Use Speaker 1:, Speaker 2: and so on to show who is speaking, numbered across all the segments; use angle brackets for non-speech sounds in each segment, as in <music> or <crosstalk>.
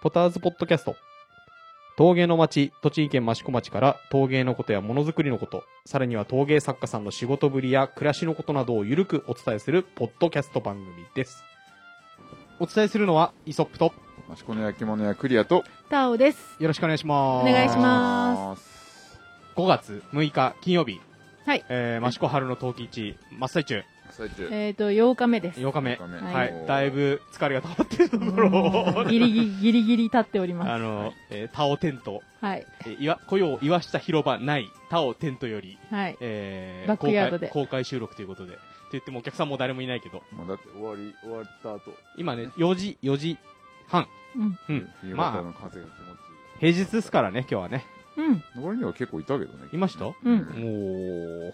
Speaker 1: ポターズポッドキャスト。陶芸の町、栃木県益子町から陶芸のことやものづくりのこと、さらには陶芸作家さんの仕事ぶりや暮らしのことなどをゆるくお伝えするポッドキャスト番組です。お伝えするのはイソップと
Speaker 2: マシコの焼き物やクリアと
Speaker 3: タオです。
Speaker 1: よろしくお願いしま
Speaker 3: お
Speaker 1: す。
Speaker 3: 願いします
Speaker 1: 5月6日金曜日、
Speaker 3: はい。
Speaker 1: えー、益子春の陶器市真っ最中
Speaker 2: 最中
Speaker 3: えっ、と、8日
Speaker 1: <laughs>
Speaker 3: 目です。
Speaker 1: 8日目。
Speaker 2: 8日目
Speaker 1: は。
Speaker 2: はいい
Speaker 1: だいぶ疲れが溜まってるところを。
Speaker 3: <laughs> ギリギリ、ギリギリ立っておりま
Speaker 1: あの、えー、タオテント、
Speaker 3: す。はい。
Speaker 1: えー、いわ、雇用岩下広場ないタオテントより、
Speaker 3: はい。
Speaker 1: えー、
Speaker 3: バックヤードで
Speaker 1: 公開公開収録ということで。って言ってもお客さんも誰もいないけど、
Speaker 2: もうだって終わり終わった後
Speaker 1: 今ね、4時、4時半。
Speaker 3: うん。
Speaker 1: うん。
Speaker 2: 夕方
Speaker 1: ま
Speaker 2: の
Speaker 1: あ、
Speaker 2: 風が気持ちい
Speaker 1: 平日ですからね、今日はね。
Speaker 3: うん。
Speaker 2: い残りには結構いたけどね
Speaker 1: いました
Speaker 3: うん
Speaker 1: おー。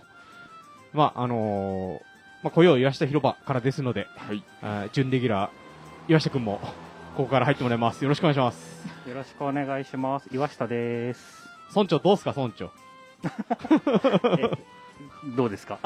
Speaker 1: まあ、あのー、まあ、雇用岩下広場からですので、
Speaker 2: はい
Speaker 1: あー準レギュラー、岩下くんも、ここから入ってもらいます。よろしくお願いします。
Speaker 4: よろしくお願いします。岩下
Speaker 1: <laughs>
Speaker 4: です。
Speaker 1: 村長どうすか、村長。
Speaker 4: えどうで
Speaker 1: <laughs>
Speaker 4: すか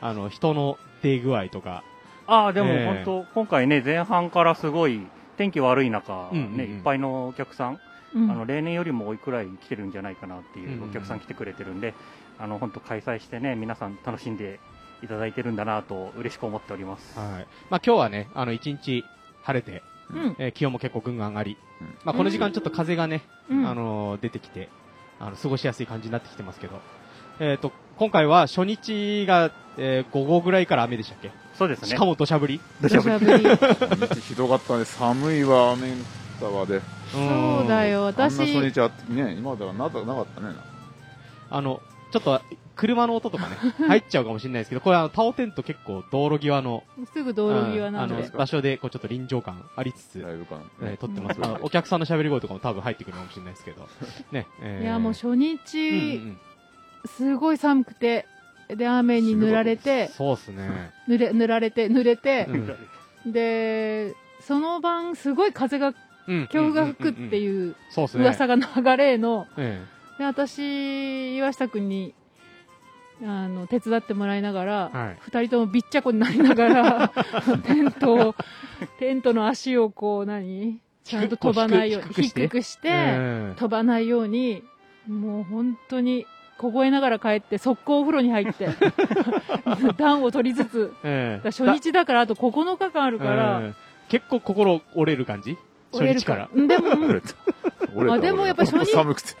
Speaker 1: あの、人の出具合とか。
Speaker 4: ああ、でも
Speaker 1: ええ
Speaker 4: 本当、今回ね、前半からすごい天気悪い中、
Speaker 1: うんうんうん
Speaker 4: ね、いっぱいのお客さん、
Speaker 3: うん。
Speaker 4: あの、例年よりも多いくらい来てるんじゃないかなって
Speaker 1: うんうん
Speaker 4: いううんお客さん来てくれてるんで、あの、本当開催してね、皆さん楽しんでいただいてるんだなと嬉しく思っております。
Speaker 1: はい。まあ今日はね、あの、一日晴れて、
Speaker 3: うん。
Speaker 1: えー気温も結構ぐんぐん上がり
Speaker 2: うん。
Speaker 1: まあこの時間ちょっと風がね、
Speaker 3: うん
Speaker 1: あのー出てきて、あの、過ごしやすい感じになってきてますけど。えっ、と、今回は初日が、えー午後ぐらいから雨でしたっけ
Speaker 4: そうです
Speaker 1: し
Speaker 4: ね
Speaker 1: か。
Speaker 4: <laughs>
Speaker 1: も土砂降り
Speaker 4: 土砂降り
Speaker 3: 土砂降り。
Speaker 2: 初日ひどかったね寒いわ雨沢で
Speaker 3: そうだ。よ、
Speaker 2: あんな
Speaker 3: 私
Speaker 2: 初。日あってね今だからななかったね
Speaker 1: んあの、ちょっと、車の音とか
Speaker 3: <laughs>
Speaker 1: ね、入っちゃうかもしれないですけど、これあの、タオテント結構道路際の、
Speaker 3: すぐ道路際な
Speaker 1: うん
Speaker 3: の
Speaker 1: あの
Speaker 3: で。
Speaker 1: 場所で、こうちょっと臨場感ありつつ、
Speaker 2: ライブ感
Speaker 1: えー撮ってます。
Speaker 2: うん
Speaker 1: あのお客さんの喋り声とかも多分入ってくるかもしれないですけど。ね。えー
Speaker 3: いや、もう初
Speaker 1: うんうんう
Speaker 3: 日、
Speaker 1: ん
Speaker 3: すごい寒くて、で、雨に濡られて、
Speaker 1: そうっすね。
Speaker 3: 濡れ、濡られて、濡れて
Speaker 1: う、ん
Speaker 3: で、その晩、すごい風が、強が吹くって
Speaker 1: うん。
Speaker 3: いう
Speaker 1: そうっすね。
Speaker 3: 噂が流れの、
Speaker 1: え
Speaker 3: で私岩下君にあの手伝ってもらいなが
Speaker 1: はい
Speaker 3: ら、二人ともびっちゃこになりながら <laughs> テントをテントの足をこう何ちゃんと飛ばないように
Speaker 1: 低く低くして
Speaker 3: 低くして
Speaker 1: え。え
Speaker 3: 飛ばないようにもう本当に凍えながら帰って速攻お風呂に入って <laughs> 暖を取りつつ
Speaker 1: え。
Speaker 3: だから初日だからあと9日間ある
Speaker 1: だ
Speaker 3: から、
Speaker 1: ええ結構心折れる感じ初日から。
Speaker 3: 折れるから
Speaker 1: <laughs>
Speaker 3: うんでも
Speaker 2: れた折れ
Speaker 3: あ
Speaker 2: た
Speaker 3: でもやっぱ初日
Speaker 2: 俺寒くて
Speaker 3: で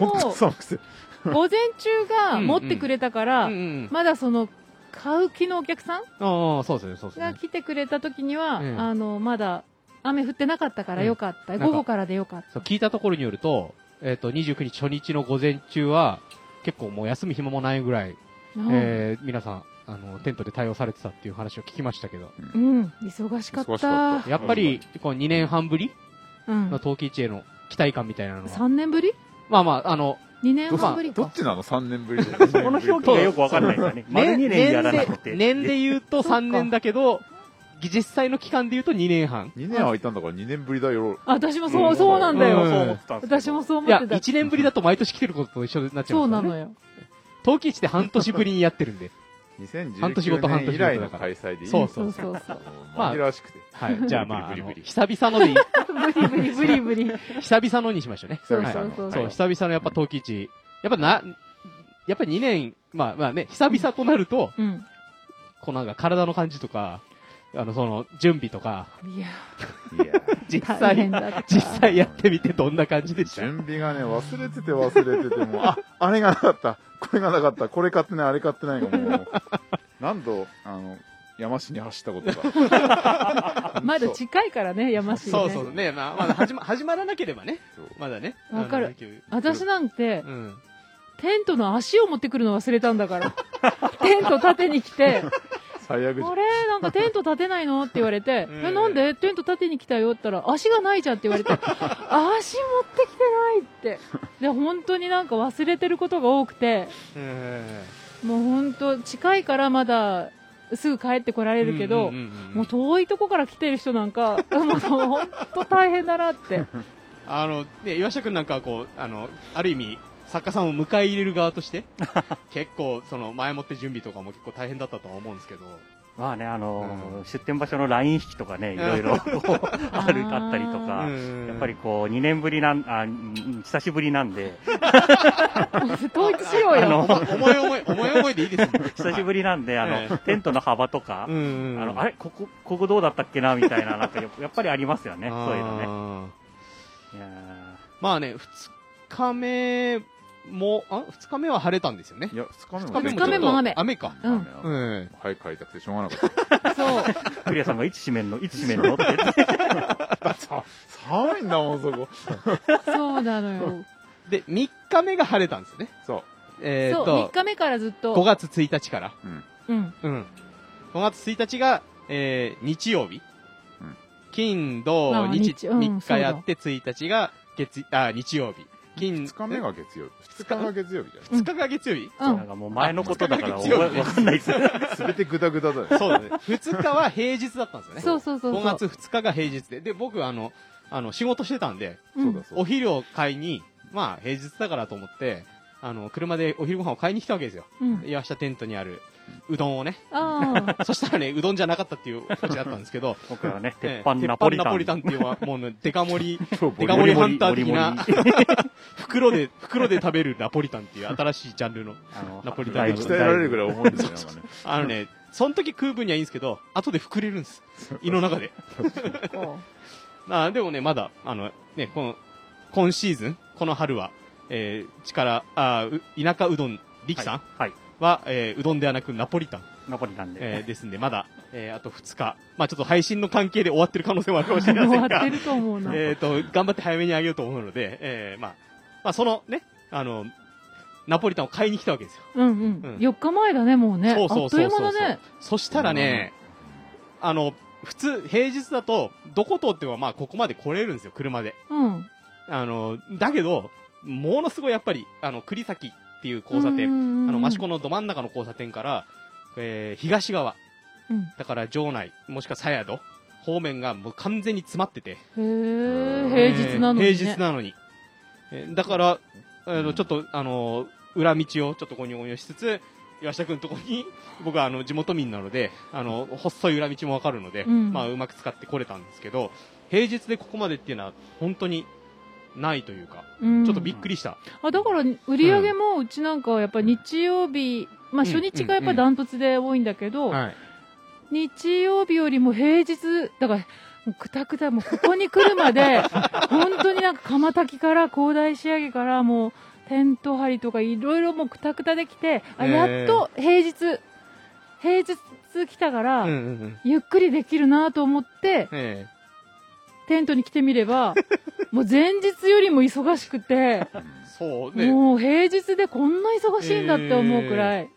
Speaker 2: 本当
Speaker 3: も
Speaker 2: 寒くて
Speaker 3: 午前中が持ってくれたから、
Speaker 1: うんうん。
Speaker 3: まだその買う気のお客さん
Speaker 1: ああ、そうですね、そうです
Speaker 3: が
Speaker 1: ね。
Speaker 3: 来てくれた時には、
Speaker 1: ええ
Speaker 3: あのまだ雨降ってなかったからよかった、
Speaker 1: ん
Speaker 3: 午後からでよかっ
Speaker 1: そ
Speaker 3: た
Speaker 1: う聞いたところによると、えっと、29日初日の午前中は、結構もう休む暇もないぐらい、
Speaker 3: うん
Speaker 1: えー皆さん、あの、テントで対応されてたっていう話を聞きましたけど、
Speaker 3: うん忙しかった
Speaker 2: 忙しかった
Speaker 1: やっぱり、こう2年半ぶり
Speaker 3: うん
Speaker 1: の、陶器市への期待感みたいなのは、
Speaker 3: 3年ぶり
Speaker 1: まあまあ、あの、
Speaker 3: 2年半ぶり
Speaker 2: ど
Speaker 3: か
Speaker 2: っ、ちなの3年ぶりで
Speaker 4: そこの表記がよくわかんないですよね。丸2年やらなくて。
Speaker 1: 年で年で言うと
Speaker 3: そっか
Speaker 1: 3年だけど、実際の期間で言うと2年半。
Speaker 2: 2年空いたんだから2年ぶりだよ
Speaker 3: あ私もそうそうなんだ
Speaker 1: う
Speaker 3: よ、
Speaker 1: ん
Speaker 4: そう思ってたんですけど
Speaker 3: 私もそう思
Speaker 1: いや、
Speaker 3: ってた
Speaker 1: 1年ぶりだと毎年来てることと一緒になっちゃい
Speaker 3: そ
Speaker 1: ま
Speaker 3: う
Speaker 1: すからね。
Speaker 3: なのよ
Speaker 1: 冬季市って半年ぶりにやってるんで。半年後と
Speaker 2: 2019
Speaker 1: 半年後
Speaker 2: 年以来の開催でいい
Speaker 1: そう
Speaker 3: そうそうそう
Speaker 2: 紛らわしくて
Speaker 1: はい。じゃあま <laughs> あ、あ
Speaker 2: ブリ
Speaker 1: の
Speaker 2: ブリブリ
Speaker 1: 久々のでいい、
Speaker 3: ブリブリブリブリ
Speaker 1: 久々のにしましょうね。
Speaker 3: そう
Speaker 1: はい
Speaker 3: そうそう
Speaker 1: そう、久々のやっぱ冬季市。やっぱな、やっぱ2年、まあまあね、久々となると、
Speaker 3: うん
Speaker 1: こうなんか体の感じとか、あの、その、準備とか、
Speaker 3: いや
Speaker 2: いや
Speaker 1: 実
Speaker 3: 大変
Speaker 1: 際、
Speaker 3: だった
Speaker 1: 実際やってみてどんな感じでした
Speaker 2: 準備がね、忘れてて忘れてて、もう、あ、あれがなかった、これがなかった、これ買ってない、あれ買ってないがもう、何度、あの、山市に走ったことが。
Speaker 3: まだ
Speaker 2: そう
Speaker 3: 近いからね山市ね
Speaker 1: そうそうね、まあ、まだ始ま、 <laughs> 始まらなければね。まだね。
Speaker 3: わかる
Speaker 1: あの。
Speaker 3: 私なんて
Speaker 1: うん。
Speaker 3: テントの足を持ってくるの忘れたんだからテント立てに来て
Speaker 2: 最悪じゃ
Speaker 3: あ
Speaker 2: ん。
Speaker 3: れなんかテント立てないのって言われて、
Speaker 1: <laughs> うん
Speaker 3: えなんでテント立てに来たよって言ったら足がないじゃんって言わ
Speaker 1: <laughs>
Speaker 3: れて足持ってきてないってで本当になんか忘れてることが多くて
Speaker 1: え
Speaker 3: もう本当近いからまだすぐ帰ってこられるけど、
Speaker 1: うんうんうん
Speaker 3: もう遠いとこから来てる人なんかもう本当大変だなって
Speaker 1: あの、ね、岩下くんなんかはこう、あの、ある意味、作家さんを迎
Speaker 4: <laughs>
Speaker 1: え入れる側として、結構、その、前もって準備とかも結構大変だったとは思うんですけど、
Speaker 4: まあね、あの、
Speaker 1: うん
Speaker 4: 出店場所のライン引きとかね、いろいろこうあるあったりとか、やっぱりこう、2年ぶりなん、あ、ん久しぶりなんで、
Speaker 3: 統一しよう
Speaker 4: あ
Speaker 3: よ
Speaker 4: の
Speaker 1: 思い思い、思い思いでいいですね。
Speaker 4: <laughs> 久しぶりなんで、あ
Speaker 1: ええ
Speaker 4: の、テントの幅とか
Speaker 1: う、んうん。
Speaker 4: あの、あれここ、ここどうだったっけなみたいな、なんかやっぱやっぱりありますよね、そういうのね。
Speaker 1: のね。
Speaker 4: いや
Speaker 1: まあね、2日目も、あ ?2 日目は晴れたんですよね
Speaker 2: い。や、2日目
Speaker 1: 二
Speaker 2: も
Speaker 3: 二日目も雨
Speaker 1: 雨か。
Speaker 3: うん
Speaker 2: 雨
Speaker 1: う
Speaker 2: は
Speaker 1: ん。
Speaker 2: 早く帰りたくてしょうがなかっ
Speaker 3: そう
Speaker 4: ークリアさんがいつ閉めんのいつ閉め
Speaker 1: <laughs>
Speaker 4: んのって言って、
Speaker 2: た。さ寒いんだもん、そこ。
Speaker 3: そうなのよ
Speaker 1: で、3日目が晴れたんですよね。
Speaker 2: そ
Speaker 1: え
Speaker 3: そ
Speaker 1: っ
Speaker 3: う3
Speaker 1: と、
Speaker 3: 日目からずっ
Speaker 1: 5
Speaker 3: と
Speaker 1: 月1日から。
Speaker 2: う。うん。
Speaker 3: うん
Speaker 1: うん。5月1日が、えー日曜日。
Speaker 2: うん
Speaker 1: 金、
Speaker 3: ま
Speaker 1: 土、
Speaker 3: あ
Speaker 1: 日、
Speaker 3: 日うん
Speaker 1: 3
Speaker 3: そう
Speaker 1: 日
Speaker 3: だ
Speaker 1: やって、1日が月、あ、日曜日。金、
Speaker 2: 2日目が月曜日。
Speaker 1: 二
Speaker 2: 2
Speaker 1: 日
Speaker 2: 日が月曜日じ
Speaker 1: 2日が月曜日、
Speaker 3: う
Speaker 4: なん
Speaker 3: ん
Speaker 4: かもう前のことだから、
Speaker 1: あ
Speaker 4: おわわかんないですよ。
Speaker 2: ゃん。すべてグダグダだよ。
Speaker 1: そうだね。2日は平日だったんですよね。
Speaker 3: そうそうそうそう
Speaker 1: 5月2日が平日で。で、僕、あの、あの、仕事してたんで、
Speaker 3: うん
Speaker 2: そうだ、そう
Speaker 1: お
Speaker 2: だ。
Speaker 1: 昼を買いに、まあ、平日だからと思って、あの、車でお昼ご飯を買いに来たわけですよ。
Speaker 3: うん
Speaker 1: 岩下テントにある、うどんをね。
Speaker 3: ああ
Speaker 1: そしたらね、うどんじゃなかったっていうオチだったんですけど、
Speaker 4: 僕はね、鉄
Speaker 1: ええ
Speaker 4: 板ナポリ
Speaker 1: 鉄板
Speaker 4: タン。
Speaker 1: ナポリタンっていうのは、もう
Speaker 4: <laughs>
Speaker 1: ね、デカ盛り、
Speaker 2: そう
Speaker 1: デ
Speaker 2: ボ
Speaker 1: カ
Speaker 2: リ
Speaker 1: 盛り
Speaker 2: ボ
Speaker 1: ハンター的
Speaker 4: ボリ
Speaker 1: な
Speaker 4: ボリボリ、
Speaker 1: 袋で、袋で食べるナポリタンっていう新しいジャンルの。
Speaker 4: あの
Speaker 1: ナポリタン
Speaker 2: リ。
Speaker 1: だいぶ
Speaker 2: 鍛えられるぐらい重いんだよね。
Speaker 1: あのね、その時食う分にはいいんですけど、後で膨れるんです。胃の中で。 <laughs> まあ、でもね、まだ、あの、ね、この、今シーズン、この春は、えー、力、あーう田舎うどん、力さん
Speaker 4: はい。
Speaker 1: は、えーうどんではなくナポリタン、
Speaker 4: ナポリタンで。
Speaker 1: えーですんで、まだ、えー、あと2日。まあ、ちょっと配信の関係で終わってる可能性もあるかもしれ
Speaker 4: <laughs>
Speaker 1: ません
Speaker 3: 終わっ
Speaker 1: が
Speaker 3: て、ると思うな
Speaker 1: えっと、頑張って早めにあげようと思うので、えー、まあ、まあ、そのね、あの、ナポリタンを買いに来たわけですよ。
Speaker 3: うんう
Speaker 1: うん
Speaker 3: ん4日前だねもうね
Speaker 1: そうそ
Speaker 3: あ
Speaker 1: うそ
Speaker 3: っ
Speaker 1: う
Speaker 3: と
Speaker 1: そ
Speaker 3: いうう
Speaker 1: そう
Speaker 3: 間だね
Speaker 1: そしたらね、あの、普通、平日だと、どこ通ってもまあ、ここまで来れるんですよ、車で。
Speaker 3: うん
Speaker 1: あの、だけど、ものすごいやっぱり、あの、栗崎っていう交差点、あ
Speaker 3: の
Speaker 1: の、益子のど真ん中の交差点から、えー東側、だから城内、もしくは鞘戸方面がもう完全に詰まってて、
Speaker 3: へ
Speaker 2: え
Speaker 3: え
Speaker 2: ー
Speaker 3: 平日なのにね
Speaker 1: 平日なのに。えーだから、あ
Speaker 2: う
Speaker 1: の、
Speaker 2: ん
Speaker 1: ちょっと、あの、裏道をちょっとこに応用しつつ、岩下くんとこに、 <laughs> 僕はあの、地元民なので、あの、細い裏道もわかるので、
Speaker 3: うん
Speaker 1: まあ、うまく使ってこれたんですけど、平日でここまでっていうのは、本当に、ないというか、
Speaker 3: うん
Speaker 1: ちょっとびっくりした。
Speaker 3: あだから売り上げもうちなんかはやっぱ日曜日、まあ、初日がやっぱダントツで多いんだけど、
Speaker 1: はい。
Speaker 3: 日曜日よりも平日だからもうくたくたもうここに来る
Speaker 1: <laughs>
Speaker 3: まで本当になんか釜炊きから高台仕上げからもうテント張りとかいろいろもうくたくたできてあ
Speaker 1: へー
Speaker 3: やっと平日平日来たから、
Speaker 1: うんうんうん。
Speaker 3: ゆっくりできるなと思って
Speaker 1: え
Speaker 3: テントに来てみ
Speaker 1: <laughs>
Speaker 3: ればもう前日よりも忙しくて。
Speaker 1: えそうね。
Speaker 3: もう平日でこんな忙しいんだって思うくらい、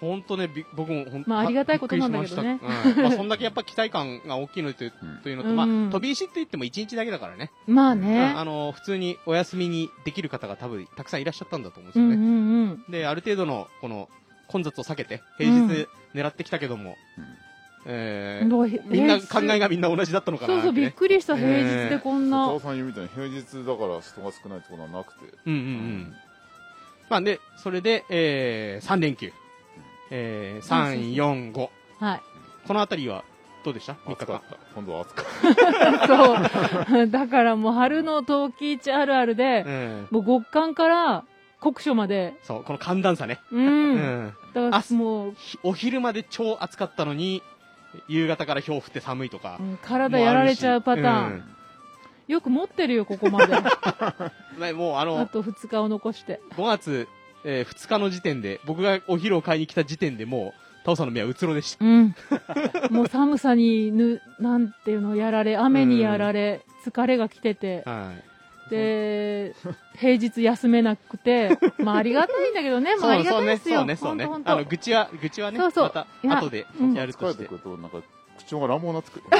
Speaker 1: 本当ね、び僕も本当
Speaker 3: まあありがたいことなんだけどね
Speaker 1: うんまあ、そんだけやっぱ期待感が大きいのという
Speaker 2: うん
Speaker 1: というの
Speaker 3: う
Speaker 1: と、
Speaker 3: ん
Speaker 1: まあ、飛び石って言っても1日だけだからね。
Speaker 3: まあ
Speaker 1: うん
Speaker 3: ね
Speaker 1: あの、普通にお休みにできる方が多分たくさんいらっしゃったんだと思うんです
Speaker 3: う
Speaker 1: よ
Speaker 3: ん
Speaker 1: ね。
Speaker 3: うんうん
Speaker 1: で、ある程度のこの混雑を避けて、平日狙ってきたけども、
Speaker 2: うん
Speaker 1: えー
Speaker 3: どう平日
Speaker 1: みんな考えがみんな同じだったのかな
Speaker 3: そうそう
Speaker 1: って
Speaker 3: びっ
Speaker 1: ね。
Speaker 3: くりした平日でこんな、
Speaker 2: お父さん言うみたいに平日だから人が少ないってことはなくて。
Speaker 1: うんうんうん。まあで、それで、えー、3連休。えー、3、4、5。
Speaker 3: はい
Speaker 1: このあたりはどうでした三日
Speaker 2: 暑か
Speaker 1: 間
Speaker 2: っ。た。今度は暑かっ
Speaker 3: そう <laughs> だからもう春の陶器市あるあるで、
Speaker 1: うん。
Speaker 3: もう極寒から酷暑まで
Speaker 1: そう、この寒暖差ね。
Speaker 3: うん、
Speaker 1: うん。
Speaker 3: だか
Speaker 1: あす
Speaker 3: らもう
Speaker 1: ひお昼まで超暑かったのに、夕方から氷降って寒いとか
Speaker 3: う。ん体やられちゃうパター
Speaker 1: う
Speaker 3: ン、
Speaker 1: ん
Speaker 3: よく持ってるよこ
Speaker 1: <laughs>
Speaker 3: こまであ
Speaker 1: ね、もうあの、
Speaker 3: と2日を残して
Speaker 1: 5月、え2日の時点で、僕がお昼を買いに来た時点でもう、タオさんの目はうつろでした。
Speaker 3: うん、もう寒さにぬなんていうのやられ雨にやられ、疲れが来てて
Speaker 1: はい。
Speaker 3: で、平日休めなくて、まあありがたいんだけ
Speaker 1: <laughs>
Speaker 3: どね、まあありがたいですよ。
Speaker 1: そうね、そうね、そう
Speaker 3: ほん
Speaker 1: ね。
Speaker 3: と
Speaker 1: あ
Speaker 3: ほ
Speaker 1: の、
Speaker 3: んと
Speaker 1: 愚痴は、愚痴はね、
Speaker 3: そうそう
Speaker 1: ま
Speaker 3: い
Speaker 1: た、
Speaker 3: や
Speaker 1: 後で
Speaker 3: うん
Speaker 1: やる
Speaker 2: た。疲
Speaker 1: と
Speaker 2: れ
Speaker 1: してて
Speaker 2: く。ると、なんか、口調が乱暴なつく。
Speaker 3: <laughs>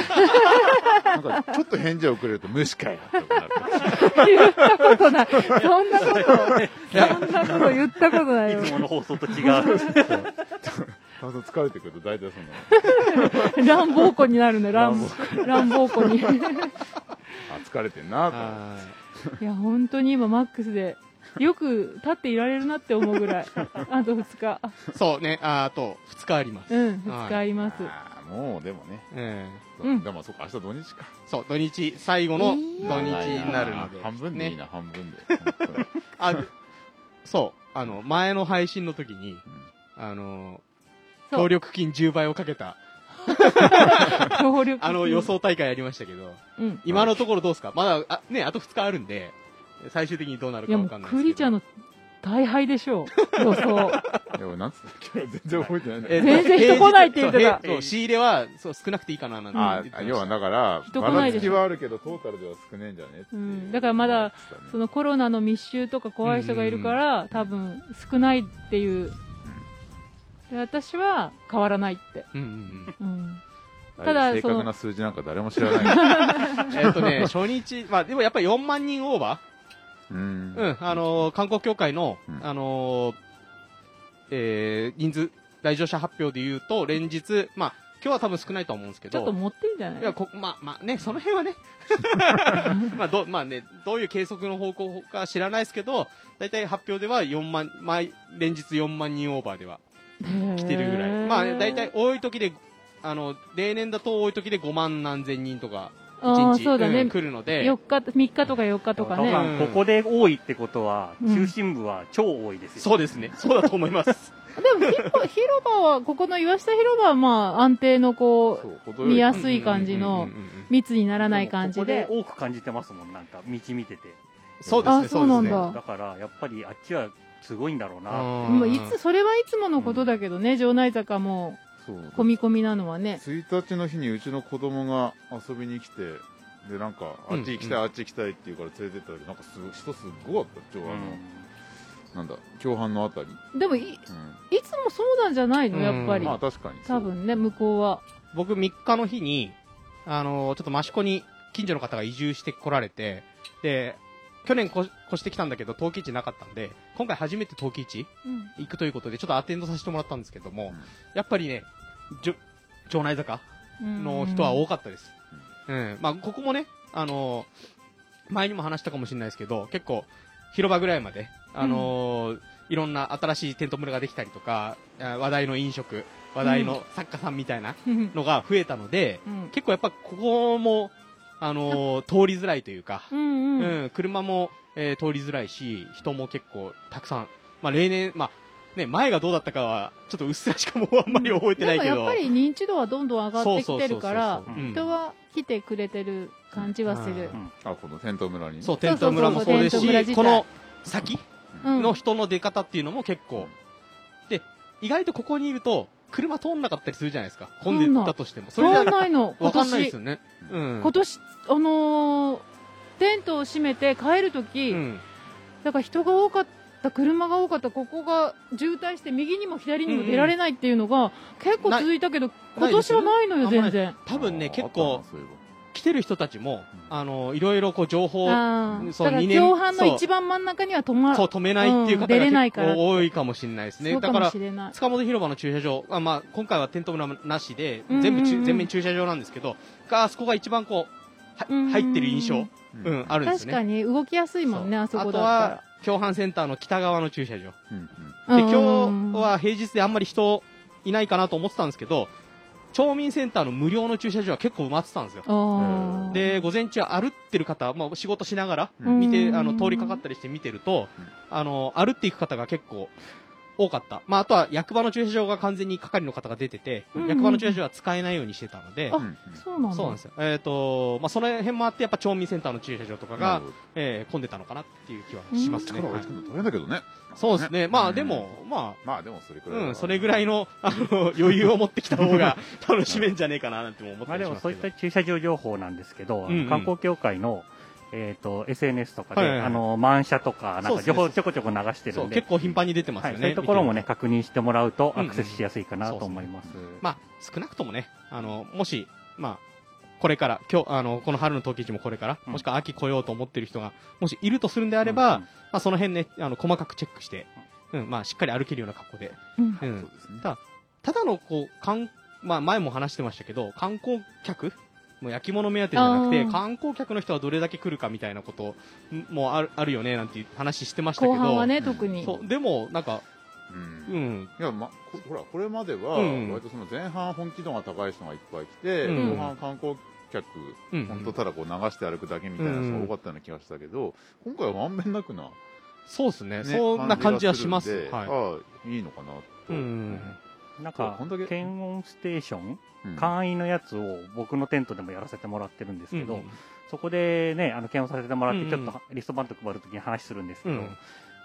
Speaker 2: なんか、ちょっと返事を遅れると、虫かよってなる。
Speaker 3: 言ったことない。そんなこと、そんなこと言ったことないよ
Speaker 4: い。つもの放送と違う。
Speaker 1: <laughs>
Speaker 2: 多分疲れてくると、大体そんな。
Speaker 3: 乱暴子になるね、乱暴乱暴子に。い
Speaker 2: あ、疲れてんなと思って。
Speaker 1: は
Speaker 3: や、本当に今マックスでよく立っていられるなって思うぐらい。あと2日。
Speaker 1: そうね、ああと2日あります。
Speaker 3: うん、2日あります。
Speaker 2: あーもうでもね、
Speaker 1: うん。
Speaker 3: うん
Speaker 2: でもそっか明日土日か
Speaker 1: そう、土日、最後の土
Speaker 3: い
Speaker 1: 日
Speaker 3: や
Speaker 1: になるので。
Speaker 2: 半分でいい
Speaker 1: ね。
Speaker 2: な、半分で本当に
Speaker 1: あ、そう、あの、前の配信の時に、あの、
Speaker 3: そう
Speaker 1: 協力金10倍をかけた、
Speaker 3: 協力
Speaker 1: あの予。想大会やりましたけど、
Speaker 3: うん。
Speaker 1: 今のところどうですかまだ、あ、ね、あと2日あるんで、最終的にどうなる
Speaker 3: い
Speaker 1: か
Speaker 3: や
Speaker 1: わ
Speaker 3: もう
Speaker 1: かんないですけど。
Speaker 3: クリちゃんの大敗でしょ
Speaker 1: <laughs>
Speaker 3: う。予想。
Speaker 2: いや俺なんつったっけ全然覚えてないんだけ
Speaker 1: えっ
Speaker 2: ど
Speaker 1: と
Speaker 3: 全然人来ないって言ってた
Speaker 1: 平日そうへいそう仕入れは、そう、少なくていいかな、なんて言
Speaker 2: あ
Speaker 1: ってました。
Speaker 2: あ要はだから
Speaker 3: 人来
Speaker 2: ば
Speaker 3: な
Speaker 2: ら
Speaker 3: いで
Speaker 2: つ
Speaker 3: し
Speaker 2: き
Speaker 3: ょ
Speaker 2: はあるけどトータルでは少ねえんじゃねっていう
Speaker 3: うんだからまだ
Speaker 2: 言ってたね
Speaker 3: そのコロナの密集とか怖い人がいるから、多分少ないっていう。で私は変わらないって。
Speaker 1: うんうん
Speaker 3: うん。
Speaker 2: あれ
Speaker 3: ただ
Speaker 2: 正
Speaker 3: そ
Speaker 2: 確
Speaker 3: の
Speaker 2: な数字なんか誰も知らない
Speaker 1: うん。えっと
Speaker 2: <laughs>
Speaker 1: ね、初日、まあ、でもやっぱり4万人オーバ
Speaker 2: うん
Speaker 1: ーうん、あのー観光協会の
Speaker 2: う、ん
Speaker 1: あのーえー人数、来場者発表で言うと、連日、まあ、今日は多分少ないとは思うんですけ
Speaker 3: ちょ
Speaker 1: ど、
Speaker 3: っと持ってんじゃない
Speaker 1: いや、こ、まあ、まあね、その辺は
Speaker 3: <laughs>
Speaker 1: ね、まあ、ど、まあね、どういう計測の方向か知らないですけど、大体発表では4万、毎、連日4万人オーバーでは来
Speaker 3: 来
Speaker 1: てるぐらい。まあ、大体多い時で、あの、例年だと多い時で5万何千人とか、1日、
Speaker 3: そうだね、
Speaker 1: ん来るので、
Speaker 3: 4日3日とか4日とか
Speaker 4: でも
Speaker 1: う
Speaker 4: 多
Speaker 1: ん
Speaker 3: ね
Speaker 4: 分ここで多いってことは、
Speaker 3: うん
Speaker 4: 中心部は超多いですよ。
Speaker 1: そうですね、そうだと思い
Speaker 3: <laughs>
Speaker 1: ます。
Speaker 3: でも広場広場はここの岩下広場はまあ安定のこ
Speaker 2: そうう程よい
Speaker 3: 見やすい感じ
Speaker 1: うん
Speaker 3: の
Speaker 1: うんうんうん
Speaker 3: 密にならない感じで
Speaker 4: ここで多く感じてますもん、なんか、道見てて。
Speaker 1: そうですね、
Speaker 3: あそうなんだ
Speaker 1: ですね
Speaker 4: だから、やっぱりあっちはすごいんだろうな。
Speaker 1: うん
Speaker 3: もういつそれはいつものことだけどね城内坂も
Speaker 2: そう
Speaker 3: 込み込みなのはね
Speaker 2: 1日の日にうちの子供が遊びに来てでなんかあっち行きたい、
Speaker 1: うんうん
Speaker 2: あっち行きたいって言うから連れてったけどなんかすごい人すっごかった今日あの、
Speaker 4: う
Speaker 2: なんだ共犯のあたり、
Speaker 3: でもいい
Speaker 2: うん
Speaker 3: つもそうなんじゃないの
Speaker 1: うん
Speaker 3: やっぱり
Speaker 2: まあ確かにそう
Speaker 3: 多分ね向こうは
Speaker 1: 僕3日の日に、あのーちょっと益子に近所の方が移住してこられて、で、去年越越してきたんだけど、陶器市なかったんで、今回初めて陶器市行くということで、ちょっとアテンドさせてもらったんですけども、
Speaker 2: うん
Speaker 1: やっぱりね、じょ町内坂の人は多かったです。うん。まあ、ここもね、あのー前にも話したかもしれないですけど、結構、広場ぐらいまで、あのーいろんな新しいテント村ができたりとか、あ話題の飲食、話題の作家さんみたいな
Speaker 3: うん
Speaker 1: のが増えたので、
Speaker 3: うん
Speaker 1: 結構やっぱここも、あのー通りづらいというか、
Speaker 3: うんうん
Speaker 1: うん、車も、えー通りづらいし、人も結構たくさん、まあ例年、まあね、前がどうだったかは、ちょっとうっすらしかもうあんまり覚えてないけ
Speaker 3: でも
Speaker 1: ど、
Speaker 3: やっぱり認知度はどんどん上がってきてるから
Speaker 1: そうそうそうそううん
Speaker 3: 人は来てくれてる感じはする
Speaker 1: うん
Speaker 2: あこのテント村に
Speaker 1: そう、
Speaker 3: そ
Speaker 1: テ
Speaker 3: う
Speaker 1: ン
Speaker 3: そうそう
Speaker 1: ト村もそうです
Speaker 3: テント村自
Speaker 1: し、
Speaker 3: 体
Speaker 1: この先
Speaker 3: うん
Speaker 1: の人の出方っていうのも結構、で、意外とここにいると、車通んなかったりするじゃないですか、混んでたとしても。そ
Speaker 3: 変
Speaker 1: れ
Speaker 3: わん
Speaker 1: が
Speaker 3: ないの今
Speaker 1: わかんないで
Speaker 3: 年
Speaker 1: すよね。うん。
Speaker 3: 今年あのーテントを閉めて帰るとき、
Speaker 1: うん
Speaker 3: だから人が多かった車が多かったここが渋滞して右にも左にも出られないっていうのが結構続いたけど今年はないの
Speaker 1: な
Speaker 3: よ
Speaker 1: いですよね
Speaker 3: 全然
Speaker 1: 多分ね、
Speaker 2: あー
Speaker 1: 結構
Speaker 2: あったな、そういえば
Speaker 1: 来てる人たちも
Speaker 2: うん、
Speaker 1: あの、いろいろこう情報を
Speaker 3: あ
Speaker 1: うん
Speaker 3: あ
Speaker 1: そう
Speaker 3: だから
Speaker 1: 二年
Speaker 3: 共犯の
Speaker 1: そう
Speaker 3: 一番真ん中には止ま
Speaker 1: そう止めないっていう
Speaker 3: う
Speaker 1: 方
Speaker 3: ん出れ
Speaker 1: が
Speaker 3: な
Speaker 1: 結
Speaker 3: いから
Speaker 1: 構多いかもしれないですね。
Speaker 3: そう
Speaker 1: だ
Speaker 3: か
Speaker 1: か
Speaker 3: も
Speaker 1: ら
Speaker 3: し、れない
Speaker 1: 塚本広場の駐車場、あまあ、今回はテント村なしで、
Speaker 3: うんうんうん
Speaker 1: 全部ちゅ全面駐車場なんですけど、があそこが一番こう、
Speaker 3: うん
Speaker 1: は入ってる印象、
Speaker 2: うん
Speaker 1: うん、あるんです
Speaker 3: 確
Speaker 1: ね。
Speaker 3: か
Speaker 1: に。
Speaker 3: に動きやすいもんねあそこだ
Speaker 1: と
Speaker 3: った
Speaker 1: は、共犯センターの北側の駐車場。
Speaker 2: うんうん
Speaker 3: ら
Speaker 1: で、
Speaker 3: うん
Speaker 1: 今日は平日であんまり人いないかなと思ってたんですけど、町民センターの無料の駐車場は結構埋まってたんですよ。
Speaker 3: あー
Speaker 1: で、午前中歩ってる方、まあ、仕事しながら、
Speaker 2: うん
Speaker 1: 見て、
Speaker 3: うん
Speaker 1: あの、通りかかったりして見てると
Speaker 2: うん、
Speaker 1: あの、歩っていく方が結構多かった。まあ、あとは役場の駐車場が完全に係の方が出てて
Speaker 3: うんうん、
Speaker 1: 役場の駐車場は使えないようにしてたので
Speaker 3: あ、
Speaker 2: うん
Speaker 3: そうなんだ
Speaker 1: そうなんですよ。えっと、まあ、その辺もあって、やっぱ町民センターの駐車場とか
Speaker 2: な
Speaker 1: が
Speaker 2: る、ほど
Speaker 1: えー混んでたのかなっていう気はしますね。
Speaker 2: 力を
Speaker 1: はい
Speaker 2: 置いてくるの大変だけどね
Speaker 1: そうですね。まあ、で
Speaker 2: うん
Speaker 1: も、ま
Speaker 2: まあでもそれ
Speaker 1: あ、
Speaker 2: くらいは
Speaker 1: うん、それぐらいの、あの、余裕を持ってきた方が楽しめんじゃねえかななんても思っ
Speaker 4: ま
Speaker 1: た
Speaker 4: あ
Speaker 1: り
Speaker 4: で
Speaker 1: し
Speaker 4: も
Speaker 1: ます
Speaker 4: そう
Speaker 1: け
Speaker 4: いっ
Speaker 1: ど。
Speaker 4: た駐車場情報なんですけど、あ
Speaker 1: うんう
Speaker 4: の
Speaker 1: ん
Speaker 4: 観光協会の、えっ、と、SNS とかで、
Speaker 1: はいはいはい
Speaker 4: あの、満車とか、なん
Speaker 1: そうで
Speaker 4: か
Speaker 1: すね
Speaker 4: 情報ちょこちょこ流してる
Speaker 1: そ
Speaker 4: ん
Speaker 1: う、
Speaker 4: で、
Speaker 1: 結構頻繁に出てます
Speaker 4: は
Speaker 1: よね。
Speaker 4: い、そういうところもね、
Speaker 1: 見てる
Speaker 4: 確認してもらうと
Speaker 1: うんう
Speaker 4: ア
Speaker 1: ん
Speaker 4: クセスしやすいかな
Speaker 1: そう
Speaker 4: と
Speaker 1: そう
Speaker 4: 思います。
Speaker 1: まあ、少なくともね、あの、もし、まあ、これから、今日、あの、この春の陶器市もこれから、
Speaker 4: うん
Speaker 1: もしくは秋来ようと思ってる人が、もしいるとするんであれば、
Speaker 4: うん
Speaker 1: まあ、その辺ね、あの、細かくチェックして、うん、まあ、しっかり歩けるような格好で。
Speaker 3: うん
Speaker 1: う。
Speaker 2: そうんですね
Speaker 1: ただの、こう、観まあ、前も話してましたけど、観光客もう焼き物目当てじゃなく
Speaker 3: あ
Speaker 1: て、
Speaker 3: ー
Speaker 1: 観光客の人はどれだけ来るかみたいなこともあるあるよね、なんていう話してましたけど。
Speaker 3: 後半はね、特に。
Speaker 1: そう、でも、なんか、
Speaker 2: う
Speaker 1: うんん、
Speaker 2: いやま、こほらこれまでは、
Speaker 1: うん
Speaker 2: 割とその前半本気度が高い人がいっぱい来て、
Speaker 1: うん
Speaker 2: 後半観光客、
Speaker 1: うん。
Speaker 2: 本当ただこう流して歩くだけみたいな人が多かったような気がしたけど、今回はまんべんなくな、
Speaker 1: そうですね
Speaker 2: ね
Speaker 1: そんな感じはします。
Speaker 2: るんで
Speaker 1: はい。
Speaker 2: ああいいのかなと、
Speaker 1: うん
Speaker 4: なん
Speaker 2: そう
Speaker 4: か
Speaker 2: こんだけ、
Speaker 4: 検温ステーション、
Speaker 2: うん
Speaker 4: 簡易のやつを僕のテントでもやらせてもらってるんですけど、
Speaker 1: うん
Speaker 4: そこでね、あの、検温させてもらっ
Speaker 1: うんう
Speaker 4: て、
Speaker 1: ん
Speaker 4: ちょっとリストバンド配るときに話するんですけ
Speaker 1: う
Speaker 4: ど、
Speaker 1: ん。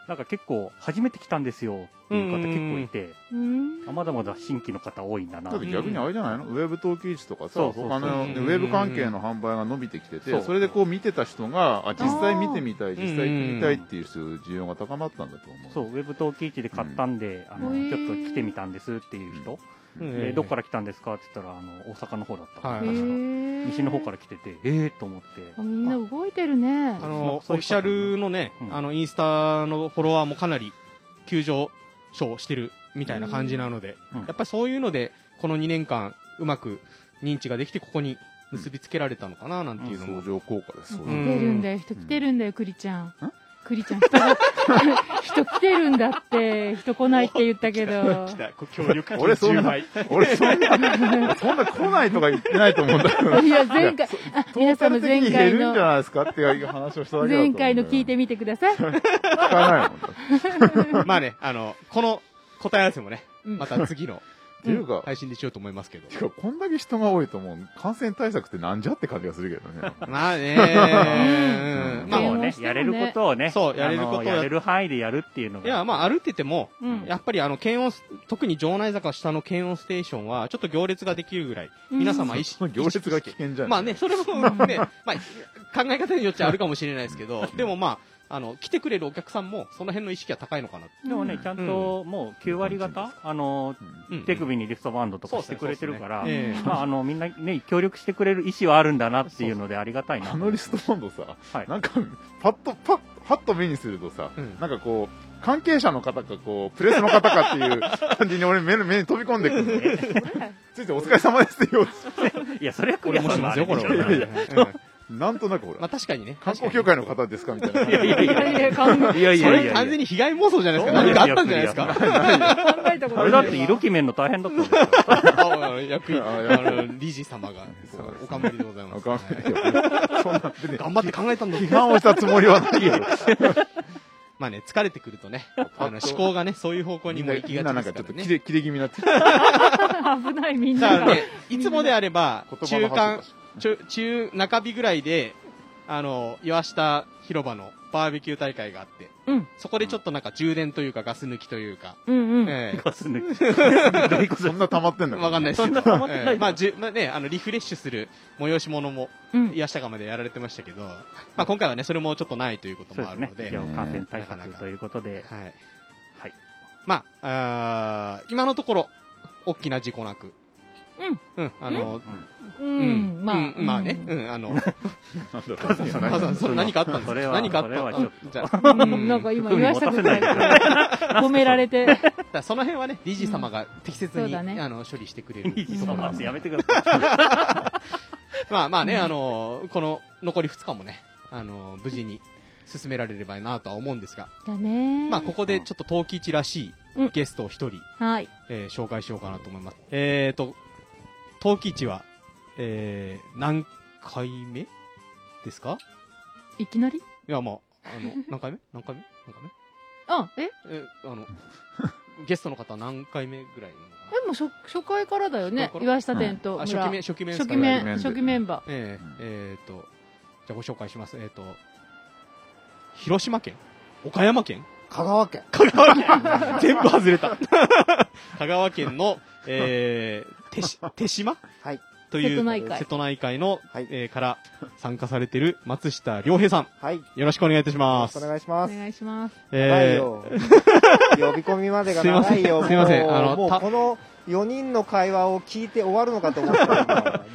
Speaker 4: なんか結構、初めて来たんですよっていう方結構いて、
Speaker 3: うん
Speaker 4: あまだまだ新規の方多いんだな
Speaker 2: だって逆にあれじゃないの、ウェブ登記市とかさ
Speaker 4: そうそうそ
Speaker 2: 他
Speaker 4: う
Speaker 2: の、ね
Speaker 1: うん
Speaker 2: ウェブ関係の販売が伸びてきてて、
Speaker 4: そう
Speaker 2: それでこう見てた人があ実際見てみたい
Speaker 1: ー
Speaker 2: 実際行ってみたいっていう人需要が高まったんだと思う
Speaker 4: そう、ウェブ登記市で買ったんで、あの、
Speaker 3: へー
Speaker 4: ちょっと来てみたんですっていう人、
Speaker 1: うん
Speaker 4: でどっから来たんですかって言ったら、あの、大阪の方だった、
Speaker 1: はい
Speaker 4: 確か
Speaker 3: へー
Speaker 4: 西の方から来てて、ええー、と思って。
Speaker 3: あみんな動いてるね
Speaker 1: あ。の、
Speaker 4: そ
Speaker 1: オフ
Speaker 4: ういう
Speaker 1: ィシャルのね
Speaker 4: う、ん
Speaker 1: あの、インスタのフォロワーもかなり急上昇してるみたいな感じなので、
Speaker 4: うん
Speaker 1: やっぱりそういうので、この2年間、うまく認知ができて、ここに結びつけられたのかな、なんていうのも
Speaker 2: 相。乗効果です、
Speaker 3: 人
Speaker 2: 相乗効
Speaker 3: 来
Speaker 2: 果
Speaker 1: うん
Speaker 3: てるんだよ、人来てるんだよ、栗ちゃん。栗ちゃん、人が、人来てるんだって、人来ないって言ったけど。
Speaker 1: た、協力
Speaker 2: 俺そんな <laughs> 俺そんな、 <laughs> そんな来ないとか言ってないと思うんだけど、
Speaker 3: いや、前回、あ、
Speaker 2: ト
Speaker 3: 皆
Speaker 2: ータ
Speaker 3: さん
Speaker 2: ル
Speaker 3: も
Speaker 2: 的に減
Speaker 3: 前回
Speaker 2: るんじゃ
Speaker 3: の、
Speaker 2: ないですかっていう話をしただけだと思う
Speaker 3: 前回の聞いてみてください。
Speaker 2: 聞かないもんだっ
Speaker 1: <laughs>
Speaker 2: て。
Speaker 1: まあね、あの、この答え合わせもね、
Speaker 3: うん
Speaker 1: また次の
Speaker 2: っていうか、
Speaker 1: 配信でしようと思いますけど。
Speaker 2: てかこんだけ人が多いともう感染対策ってなんじゃって感じがするけど
Speaker 1: <laughs>
Speaker 2: ね。
Speaker 1: <laughs> まあね、
Speaker 2: う
Speaker 1: うんんまあ、
Speaker 4: も
Speaker 3: 電
Speaker 4: う
Speaker 3: 話
Speaker 4: ね
Speaker 3: し、てもね
Speaker 4: やれることをね、
Speaker 1: そうやれることを
Speaker 4: あの
Speaker 1: やっ
Speaker 4: やれる範囲でやるっていうのが。
Speaker 1: いや、まあ歩いてても、
Speaker 3: うん
Speaker 1: やっぱりあの、検温、特に城内坂下の検温ステーションは、ちょっと行列ができるぐらい、皆様意識
Speaker 2: その行列が危険じゃん。
Speaker 1: まあね、それもね、まあ、考え方によっちゃあるかもしれないですけど、でもまあ、あの、来てくれるお客さんも、その辺の意識は高いのかな。
Speaker 4: でもね、ちゃんともう9割
Speaker 2: う
Speaker 4: 方、あの、
Speaker 2: うん。
Speaker 1: うん
Speaker 4: 手首にリストバンドと
Speaker 1: そう
Speaker 4: か
Speaker 1: っ
Speaker 4: し
Speaker 1: すね
Speaker 4: てくれてるから、
Speaker 1: そうっすねええ
Speaker 4: まあ、あの、みんなね、協力してくれる意思はあるんだなっていうのでありがたいな。
Speaker 2: あのリストバンドさ、
Speaker 4: はい
Speaker 2: なんか、パッと、パッ、パッと目にするとさ、
Speaker 1: うん
Speaker 2: なんかこう、関係者の方か、こう、プレスの方かっ
Speaker 1: <laughs>
Speaker 2: ていう感じに俺目の、目に飛び込んでくるのね。ついてお疲れ様ですって言おうと
Speaker 4: いや、それはク
Speaker 1: 俺
Speaker 4: リア
Speaker 1: も
Speaker 4: さ
Speaker 1: し
Speaker 4: んの
Speaker 1: ま
Speaker 4: あ
Speaker 1: す
Speaker 4: れ
Speaker 1: よ、
Speaker 4: で
Speaker 1: これ
Speaker 4: し
Speaker 1: は。
Speaker 2: いや
Speaker 4: ょう
Speaker 2: いや
Speaker 1: うん
Speaker 2: なんとなくほら、
Speaker 1: まあ確かにね。
Speaker 2: 観光
Speaker 1: 確
Speaker 2: 協会の方ですかみたいな。
Speaker 4: いやいやいや
Speaker 3: いや考
Speaker 4: いやい
Speaker 1: かに
Speaker 4: やい
Speaker 1: それ
Speaker 4: や
Speaker 1: 完全
Speaker 4: い
Speaker 1: に被害妄想じゃないですか。
Speaker 4: い
Speaker 1: 何
Speaker 4: やい
Speaker 1: かあ
Speaker 4: や
Speaker 1: ったんじゃないです
Speaker 4: い
Speaker 1: か。
Speaker 3: えたこ
Speaker 4: や。あ
Speaker 3: と
Speaker 4: れだって色
Speaker 3: 色
Speaker 4: 決めんの大変だったんですよ。
Speaker 1: ああ役員、
Speaker 2: あやっ
Speaker 1: あ
Speaker 2: ぱり
Speaker 1: の理事様が
Speaker 2: そうですね、
Speaker 1: おかむりでございま
Speaker 2: わ
Speaker 1: す。
Speaker 2: かん
Speaker 1: はい
Speaker 2: ないよそんな、別に
Speaker 1: 頑張って考えたんだ
Speaker 2: 批判をしたつもりはないよ。
Speaker 1: まあね、疲れてくるとね、あの思考がね、そういう方向に
Speaker 2: みん
Speaker 1: も
Speaker 2: な
Speaker 1: 行
Speaker 2: み
Speaker 1: き
Speaker 2: ん
Speaker 1: が
Speaker 2: な
Speaker 1: ち
Speaker 2: な
Speaker 1: で
Speaker 2: んか
Speaker 1: すか
Speaker 2: ちょっと
Speaker 1: ら
Speaker 2: 切
Speaker 1: ね。
Speaker 2: れ切れ気味になってき
Speaker 3: 危ない、みん
Speaker 1: だか
Speaker 3: な
Speaker 1: ら
Speaker 3: が。
Speaker 1: ね、いつもであれば、
Speaker 2: た
Speaker 1: 中
Speaker 2: 言葉の
Speaker 1: 間
Speaker 2: 端、々
Speaker 1: 中、中、中日ぐらいで、あの、岩下広場のバーベキュー大会があって、
Speaker 3: うん
Speaker 1: そこでちょっとなんか充電というかガス抜きというか、
Speaker 3: うんうん。
Speaker 1: え
Speaker 4: ガス <laughs> 抜き。どういうこと
Speaker 2: そんな溜まってん
Speaker 1: え
Speaker 2: だ
Speaker 1: わかんないです
Speaker 4: そん
Speaker 1: け
Speaker 4: な
Speaker 1: ど、
Speaker 4: 溜まってない
Speaker 1: ええまあ、じゅ、まあね、あの、リフレッシュする催し物も、
Speaker 3: うん
Speaker 1: 岩下釜でやられてましたけど、まあ今回はね、それもちょっとないということ
Speaker 4: そう
Speaker 1: も
Speaker 4: で
Speaker 1: あ
Speaker 4: す
Speaker 1: る
Speaker 4: ね
Speaker 1: の。で、
Speaker 4: 今
Speaker 2: ね
Speaker 4: 日感染対策ということで、
Speaker 1: はい。
Speaker 4: はい。
Speaker 1: まあ、あー今のところ、大きな事故なく、うん、あの、
Speaker 3: う。
Speaker 1: うん
Speaker 3: まあ
Speaker 1: うん、まあね、
Speaker 3: う
Speaker 1: うんん、あ
Speaker 4: <laughs>
Speaker 1: の、
Speaker 2: よ
Speaker 1: まずそれ何かあったんです
Speaker 4: そ
Speaker 1: か
Speaker 4: れは
Speaker 1: 何かあ
Speaker 4: それは
Speaker 1: っ
Speaker 4: ち
Speaker 1: た
Speaker 4: ょっ
Speaker 1: じゃあ
Speaker 3: うんなんか今、
Speaker 4: うん
Speaker 3: 岩下君
Speaker 4: 持た
Speaker 3: が褒められて。
Speaker 1: だからその辺はね、理事様が適切に、
Speaker 3: そうだね
Speaker 1: あの処理してくれる
Speaker 4: いい <laughs>
Speaker 1: ところ
Speaker 4: な
Speaker 1: なんん
Speaker 4: で
Speaker 1: で。
Speaker 4: やめてください。
Speaker 1: まあまあね、あのこの残り2日もね、あの無事に進められればなとは思うんですが、
Speaker 3: だね。
Speaker 1: まあここでちょっと陶器市らし
Speaker 3: う
Speaker 1: い
Speaker 3: ん
Speaker 1: ゲストを1人、
Speaker 3: はい。
Speaker 1: えー紹介しようかなと思います。えーと、陶器市は、えー、何回目ですか
Speaker 3: いきなり
Speaker 1: いや、まあ、あ
Speaker 3: <laughs>
Speaker 1: の、何回目何回目何回目
Speaker 3: あ、え
Speaker 1: えあの、 <laughs> ゲストの方は何回目ぐらいなのかな
Speaker 3: でも初初回からだよね
Speaker 1: 初回から
Speaker 3: 岩下店と
Speaker 1: あ、初
Speaker 3: 村
Speaker 1: 期面、初期面です
Speaker 3: 初
Speaker 1: か
Speaker 3: 期
Speaker 1: ね
Speaker 3: メン
Speaker 2: 初期面で
Speaker 3: 初期メンバ
Speaker 1: え
Speaker 2: うん
Speaker 1: ええーと、じゃあご紹介します。えっ、と、広島県岡山県
Speaker 5: 香川県。
Speaker 1: 香川県全部外れた香川県の、えー、手し手島
Speaker 5: はい。
Speaker 1: という
Speaker 3: 瀬戸内海
Speaker 1: 瀬戸内海の、
Speaker 5: はい
Speaker 1: えーから参加されてる松下良平さん。
Speaker 5: はい。よ
Speaker 1: よろしくお願いいたしま
Speaker 5: ろし
Speaker 1: す。
Speaker 5: くお願いし
Speaker 3: ーお
Speaker 5: ます。
Speaker 3: 願いします
Speaker 5: 長い
Speaker 1: え
Speaker 5: よ。呼び込みまでが
Speaker 1: すいませ
Speaker 5: 長
Speaker 1: ん
Speaker 5: いよ。
Speaker 1: すいません
Speaker 5: もう
Speaker 1: あの
Speaker 5: もう
Speaker 1: た
Speaker 5: この4人の会話を聞いて終わるのかと思ったら、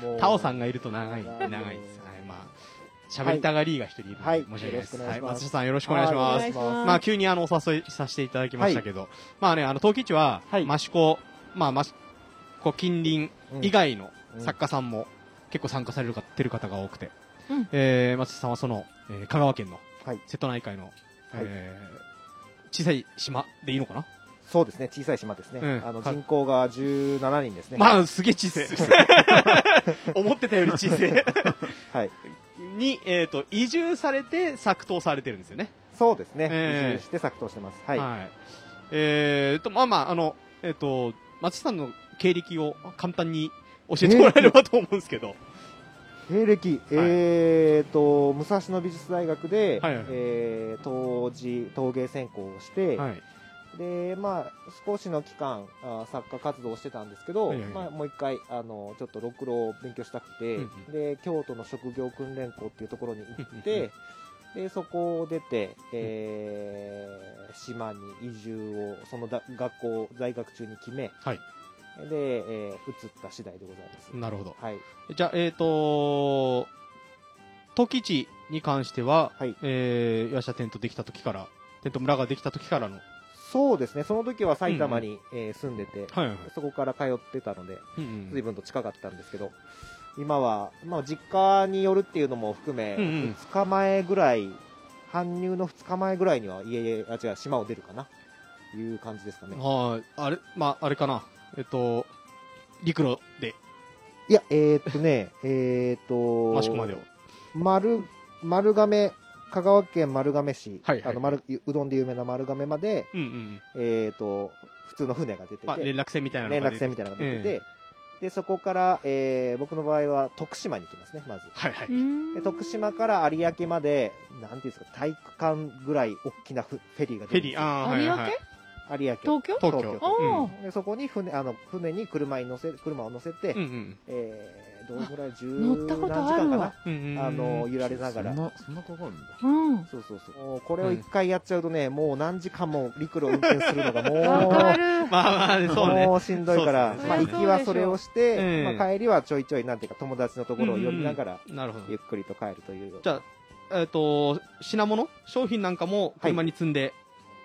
Speaker 5: も
Speaker 1: ー、
Speaker 5: う
Speaker 1: タオさんがいると長い、長いです。はい、まあ、喋りたがりが一人いるので、
Speaker 5: はい
Speaker 1: 申し訳ないです。
Speaker 5: はい
Speaker 1: はい、
Speaker 5: よろしくお願いします
Speaker 1: 松下さんよろしくお願いし
Speaker 5: は
Speaker 1: ま
Speaker 5: お
Speaker 1: す
Speaker 5: 願い。します
Speaker 1: まあ、
Speaker 3: あ
Speaker 1: 急にあの、お誘いさせていただきましたけど、まあね、あの、陶器市は、
Speaker 5: はい
Speaker 1: 益子、まあ、益子近隣以外の
Speaker 5: うん
Speaker 1: 作家さんも結構参加されるかてる方が多くて、
Speaker 3: うん
Speaker 1: えー松下さんはその、えー香川県の
Speaker 5: はい
Speaker 1: 瀬戸内海の、えー小さい島でいいのかな、
Speaker 5: そうですね、小さい島ですね。
Speaker 1: うん
Speaker 5: あの
Speaker 1: は
Speaker 5: 人口が17人ですね。
Speaker 1: ま
Speaker 5: は
Speaker 1: あすげえ小さい <laughs> 思ってたより小さい
Speaker 5: い。
Speaker 1: に、えー、と移住されて作刀されてるんですよね
Speaker 5: そうですね。
Speaker 1: ええ
Speaker 5: 移住して作刀してます。はい。
Speaker 1: えー、とまあまああのえっ、と松下さんの経歴を簡単に教えてもらえればと思うんですけど、
Speaker 5: 経歴、えーと、武蔵野美術大学で、
Speaker 1: はいはい
Speaker 5: えー当時、陶芸専攻をして、
Speaker 1: はい、
Speaker 5: で、まあ、少しの期間、あ作家活動をしてたんですけど、
Speaker 1: はいはいはい
Speaker 5: まあ、もう一回、あの、ちょっとろくろを勉強したくて、
Speaker 1: うん
Speaker 5: で、京都の職業訓練校っていうところに行っ
Speaker 1: うんう
Speaker 5: て、で、そこを出て、えー島に移住を、そのだ学校、在学中に決め、
Speaker 1: はい
Speaker 5: で、えー移った次第でございます。
Speaker 1: なるほど
Speaker 5: はい。
Speaker 1: じゃあ、えっ、と、トキチに関しては、
Speaker 5: はい
Speaker 1: えー、岩下テントできた時から、テント村ができた時からの。
Speaker 5: そうですね、その時は埼玉に、えー住んでて、
Speaker 1: はいはい。
Speaker 5: そこから通ってたので、
Speaker 1: うんう
Speaker 5: 随
Speaker 1: ん、
Speaker 5: 分と近かったんですけど、今は、まあ、実家に寄るっていうのも含め、
Speaker 1: うんうん
Speaker 5: 2日前ぐらい、搬入の2日前ぐらいには家へ、あ、違う、島を出るかな、いう感じですかね。
Speaker 1: はい。あれ、まあ、あれかな。えっ、と、陸路で、
Speaker 5: いや、えー、っとね、えー、っと、
Speaker 1: 益子までを。
Speaker 5: 丸、丸亀、香川県丸亀市、
Speaker 1: はいはい
Speaker 5: あの丸うどんで有名な丸亀まで、
Speaker 1: うんうん。
Speaker 5: えー、っと、普通の船が出てて、
Speaker 1: まあ、連絡船みたいなの
Speaker 5: 連
Speaker 1: が
Speaker 5: 絡
Speaker 1: 出て
Speaker 5: 船みたいなのが出てて、でそこから、えー僕の場合は徳島に行きますねまず
Speaker 1: はいはい。
Speaker 5: で徳島から有明までなんていうんですか体育館ぐらい大きなフフェリーが
Speaker 1: フェ
Speaker 5: 出て
Speaker 1: リー、
Speaker 5: るん
Speaker 1: ああ、はい
Speaker 3: 有明
Speaker 1: はい。
Speaker 5: ですよ有明
Speaker 3: 東京
Speaker 1: 東京。
Speaker 5: 東京
Speaker 3: おー
Speaker 5: でそこに船あの船に車に乗せ車を乗せて、
Speaker 1: うんうん
Speaker 5: えーどのぐらい十
Speaker 3: 乗った
Speaker 5: 何時
Speaker 3: ことあ
Speaker 5: 間
Speaker 3: るわ
Speaker 5: かな
Speaker 1: うんうん。
Speaker 5: あの揺られな
Speaker 2: そ
Speaker 5: が
Speaker 2: ん
Speaker 5: ら
Speaker 2: な、そんなかかるんだ。
Speaker 3: うん
Speaker 5: そうそうそうもうこれを一回やっちゃうとね、もう何時間も陸路を運転するのがも
Speaker 3: わか
Speaker 5: う
Speaker 3: る
Speaker 1: <laughs> まあまあ、そうね。
Speaker 5: もうしんどいか
Speaker 1: そう
Speaker 5: ら、
Speaker 1: ですね
Speaker 5: まあ、行きはそれをして、
Speaker 1: ええ
Speaker 5: まあ、帰りはちょいちょいなんていうか友達のところを寄りながら
Speaker 1: なるほど。
Speaker 5: ゆっくりと帰るというような
Speaker 1: じゃあ、えっ、と、品物商品なんかも車に積んで、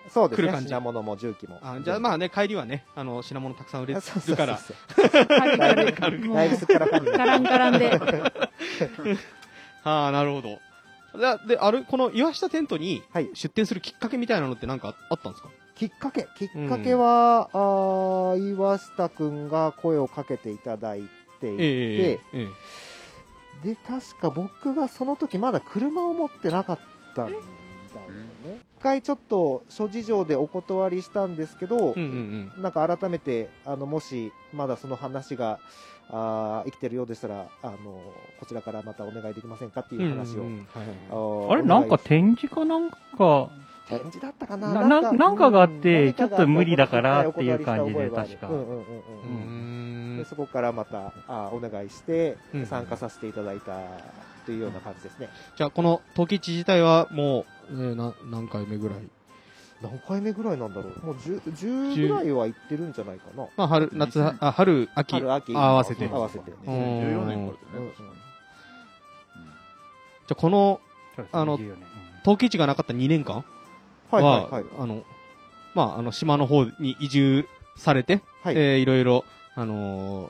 Speaker 5: そうで
Speaker 1: 来
Speaker 5: す
Speaker 1: る
Speaker 5: ね
Speaker 1: 感じ
Speaker 5: 品物も重機も
Speaker 1: あじゃあまあね、帰りはね、あの、品物たくさん売れ
Speaker 5: <laughs> そう
Speaker 1: る
Speaker 5: そうそう
Speaker 1: から、
Speaker 3: 軽い軽い
Speaker 1: 軽い
Speaker 3: もう
Speaker 5: だいぶすっからかんで
Speaker 3: ガランガラ
Speaker 1: <laughs>
Speaker 3: ンで
Speaker 1: ああ、なるほど。じゃあで、ある、この岩下テントに
Speaker 5: はい
Speaker 1: 出店するきっかけみたいなのってなんかあったんですか
Speaker 5: きっかけきっかけは、あー岩下くんが声をかけていただいていて、
Speaker 1: ええ
Speaker 5: で確か僕がその時まだ車を持ってなかったんだよね一回ちょっと諸事情でお断りしたんですけ
Speaker 1: う
Speaker 5: ど、
Speaker 1: んうん
Speaker 5: なんか改めて、あの、もし、まだその話が、あー生きてるようでしたら、あの、こちらからまたお願いできませんかって
Speaker 1: う
Speaker 5: い
Speaker 1: ん。
Speaker 5: う話
Speaker 1: う
Speaker 5: を。
Speaker 1: んうんはいはい
Speaker 5: あ
Speaker 4: <laughs>
Speaker 5: ー
Speaker 4: あれ、
Speaker 5: お願
Speaker 4: ないんか展示かなんか、
Speaker 5: 展示だったかな
Speaker 4: なななんかがあって
Speaker 5: うん
Speaker 4: ちょっと無理だからっていう感じで
Speaker 5: お断りした
Speaker 4: 確か
Speaker 5: 覚えはあるうんうん
Speaker 1: う
Speaker 5: うんうん
Speaker 1: ん
Speaker 5: でそこからまたあーお願いして
Speaker 1: うん
Speaker 5: 参加させていただいたというような感じですね、
Speaker 1: じゃあ、この時吉自体はもう、えーな何回目ぐらい
Speaker 5: 何回目ぐらいなんだろうもう 10, 10ぐらいは行ってるんじゃないかな
Speaker 1: まあ、春、夏、あ春、秋、
Speaker 5: 春秋
Speaker 1: 合わせて。じ
Speaker 5: 合
Speaker 1: ゃ
Speaker 5: わせて
Speaker 2: 2014年からだ
Speaker 5: う
Speaker 2: よ
Speaker 5: ん
Speaker 2: ね、確かに。うん
Speaker 1: あ、このあ
Speaker 4: あ
Speaker 1: の
Speaker 4: の、
Speaker 1: 時吉がなかった2年間
Speaker 5: は
Speaker 1: は、
Speaker 5: いはいはい
Speaker 1: あの、まあ、あの、島の方に移住されて、
Speaker 5: はい、
Speaker 1: えーいろいろ、あのー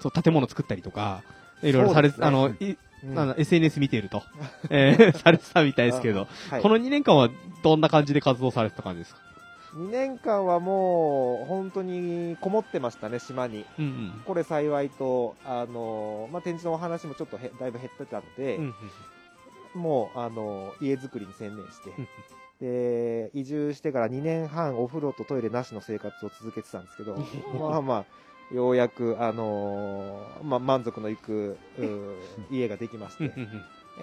Speaker 1: そう、建物作ったりとか、いろいろされ、
Speaker 5: そうですね
Speaker 1: あの、い
Speaker 5: うん
Speaker 1: あの SNS 見てい
Speaker 5: <laughs>
Speaker 1: ると、えー <laughs> されてたみたいですけど、
Speaker 5: はい
Speaker 1: この2年間はどんな感じで活動されてた感じですか
Speaker 5: 2年間はもう本当にこもってましたね島に
Speaker 1: うんうん。
Speaker 5: これ幸いとあの、まあ、展示のお話もちょっとへだいぶ減ってたので、
Speaker 1: うん
Speaker 5: もうあの家づくりに専念して
Speaker 1: うん
Speaker 5: で移住してから2年半お風呂とトイレなしの生活を続けてたんですけ
Speaker 1: <laughs>
Speaker 5: どまあまあようやく、あのまあ、満足のいく
Speaker 1: <laughs>
Speaker 5: うー家ができまし
Speaker 1: うん
Speaker 5: て、